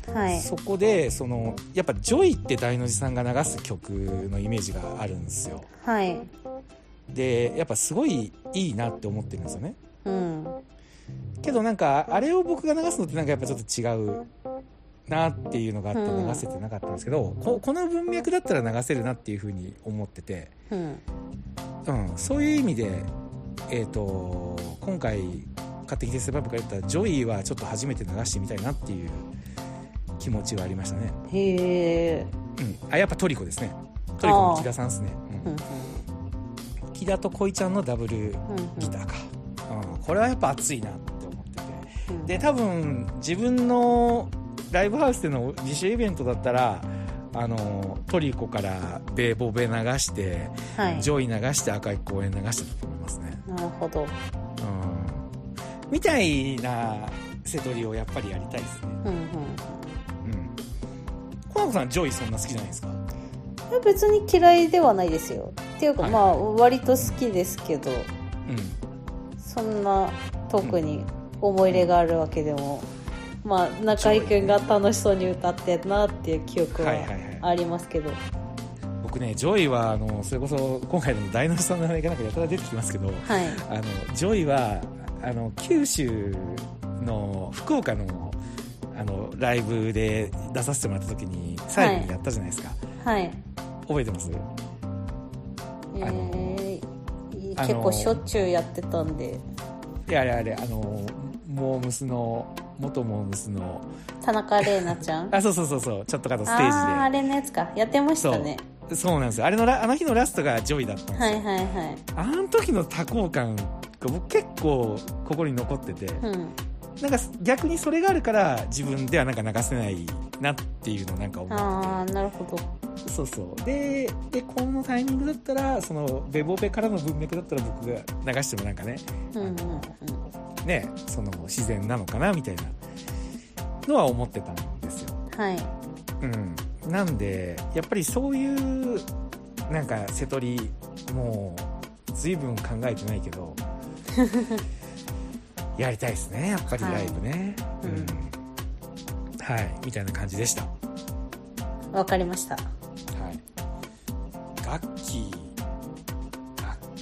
[SPEAKER 3] うんはい
[SPEAKER 2] そこでそのやっぱ「ジョイ」って大の字さんが流す曲のイメージがあるんですよ
[SPEAKER 3] はい
[SPEAKER 2] でやっぱすごいいいなって思ってるんですよね
[SPEAKER 3] うん
[SPEAKER 2] けどなんかあれを僕が流すのってなんかやっぱちょっと違うなっていうのがあって
[SPEAKER 3] うん
[SPEAKER 2] 流せてなかったんですけど、ここの文脈だったら流せるなっていうふうに思ってて、
[SPEAKER 3] うん
[SPEAKER 2] うん、そういう意味で、えー、と今回買ってきてスパイプから言った「ジョイ」はちょっと初めて流してみたいなっていう気持ちはありましたね、
[SPEAKER 3] へえ
[SPEAKER 2] うん、あやっぱトリコですねトリコの木田さんですね、
[SPEAKER 3] うんうん
[SPEAKER 2] うん、木田と恋ちゃんのダブル
[SPEAKER 3] うん
[SPEAKER 2] ギターか、うん、これはやっぱ熱いなって思ってて
[SPEAKER 3] うん
[SPEAKER 2] で多分自分のライブハウスでの自主イベントだったらあのトリコからベーボベ流して、
[SPEAKER 3] はい
[SPEAKER 2] ジョイ流して赤い公園流してたと思いますね、
[SPEAKER 3] なるほど
[SPEAKER 2] うん、みたいな瀬取りをやっぱりやりたいですね
[SPEAKER 3] うんうん
[SPEAKER 2] うんコナコさんジョイそんな好きじゃないですか
[SPEAKER 3] いや別に嫌いではないですよっていうか、
[SPEAKER 2] はい
[SPEAKER 3] まあ割と好きですけど
[SPEAKER 2] う
[SPEAKER 3] そんな特に思い入れがあるわけでも、まあ中居君が楽しそうに歌ってんなっていう記憶ははい
[SPEAKER 2] はいはい
[SPEAKER 3] ありますけど、はい
[SPEAKER 2] ん僕ねジョイはあのそれこそ今回の大の字さんの名前がなんかやたら出てきますけどあのジョイはあの九州の福岡のあのライブで出させてもらった時に最後にやったじゃないですか、
[SPEAKER 3] はい、
[SPEAKER 2] 覚えてます
[SPEAKER 3] え
[SPEAKER 2] あの
[SPEAKER 3] ー
[SPEAKER 2] あの
[SPEAKER 3] 結構しょっちゅうやってたんで
[SPEAKER 2] いやあれあれあのモームスの元モームスの
[SPEAKER 3] 田中玲奈ちゃんあ
[SPEAKER 2] あそうそうそうそうちょっとかのステ
[SPEAKER 3] あーあ
[SPEAKER 2] ー
[SPEAKER 3] れのやつかやってましたね
[SPEAKER 2] ジでそうなんですよあれのラあの日のラストがジョイだったんですよ、
[SPEAKER 3] はいはいはい
[SPEAKER 2] あの時の多幸感が僕結構心に残ってて、
[SPEAKER 3] うん
[SPEAKER 2] なんか逆にそれがあるから自分ではなんか流せないなっていうのをなんか思って
[SPEAKER 3] ああなるほど
[SPEAKER 2] そうそうででこのタイミングだったらそのベボベからの文脈だったら僕が流してもなんかね
[SPEAKER 3] うんうんうん
[SPEAKER 2] ねその自然なのかなみたいなのは思ってたんですよ、
[SPEAKER 3] はい
[SPEAKER 2] うん、なんでやっぱりそういうなんか瀬戸りもう随分考えてないけどやりたいですねやっぱりライブね、
[SPEAKER 3] はい
[SPEAKER 2] うん
[SPEAKER 3] うん
[SPEAKER 2] はいみたいな感じでしたは
[SPEAKER 3] わかりました
[SPEAKER 2] い楽器楽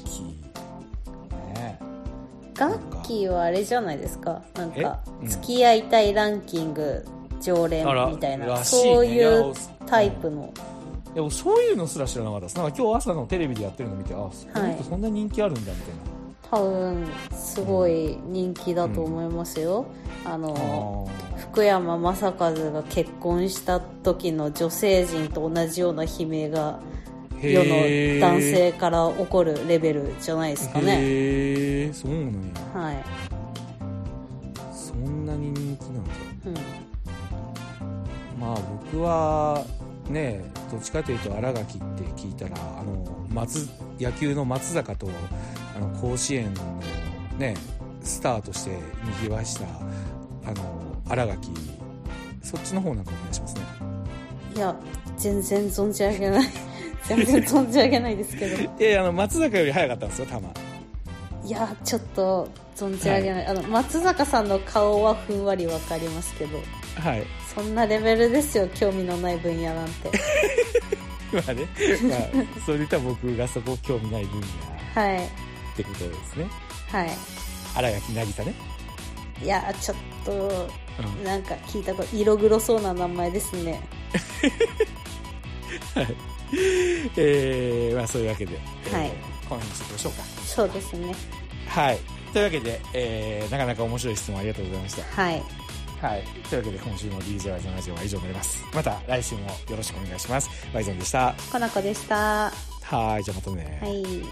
[SPEAKER 3] ガッキーはあれじゃないですかなんか
[SPEAKER 2] えうん
[SPEAKER 3] 付き合いたいランキング常連
[SPEAKER 2] あら
[SPEAKER 3] みたいな
[SPEAKER 2] らしいね
[SPEAKER 3] そうい
[SPEAKER 2] いや
[SPEAKER 3] うタイプの
[SPEAKER 2] でもそういうのすら知らなかったですなんか今日朝のテレビでやってるの見てあこの人そんな人気あるんだみたいな、
[SPEAKER 3] 多分すごい人気だと思いますよ、あの
[SPEAKER 2] あ
[SPEAKER 3] 福山雅一が結婚した時の女性陣と同じような悲鳴が
[SPEAKER 2] ー
[SPEAKER 3] 世の男
[SPEAKER 2] へ
[SPEAKER 3] 性から起こるレベルじゃないですかね
[SPEAKER 2] えそうなんや
[SPEAKER 3] はい、
[SPEAKER 2] そんなに人気なんだ
[SPEAKER 3] うん、
[SPEAKER 2] まあ僕はねどっちかというと新垣って聞いたらあの松野球の松坂とあの甲子園のねスターとしてにぎわしたあの新垣そっちの方なんかお願いしますね
[SPEAKER 3] いや全然存じ上げ *laughs* ない全然存じ上げないですけど
[SPEAKER 2] いやいやあの松坂より早かったんですよ球
[SPEAKER 3] いやちょっと存じ上げない、あの松坂さんの顔はふんわりわかりますけど
[SPEAKER 2] はい
[SPEAKER 3] そんなレベルですよ興味のない分野なん *laughs* て
[SPEAKER 2] *laughs* まあね、 *laughs* まあ、それで言ったら僕がそこ興味ない分野
[SPEAKER 3] はい
[SPEAKER 2] ってことですね
[SPEAKER 3] は
[SPEAKER 2] 新垣渚ね、
[SPEAKER 3] いいやちょっと
[SPEAKER 2] うん
[SPEAKER 3] なんか聞いたこと色黒そうな名前ですね
[SPEAKER 2] *laughs* えーまあそういうわけで、
[SPEAKER 3] はい
[SPEAKER 2] えーこの辺にしておきましょうか
[SPEAKER 3] そうですね
[SPEAKER 2] はい。というわけで、えーなかなか面白い質問ありがとうございまし
[SPEAKER 3] はい
[SPEAKER 2] た。はい。というわけで、今週の DJY のラジオは以上になります。また来週もよろしくお願いします。バイゾンでした。
[SPEAKER 3] コナコでしたは
[SPEAKER 2] はーい。じゃあまたね。
[SPEAKER 3] い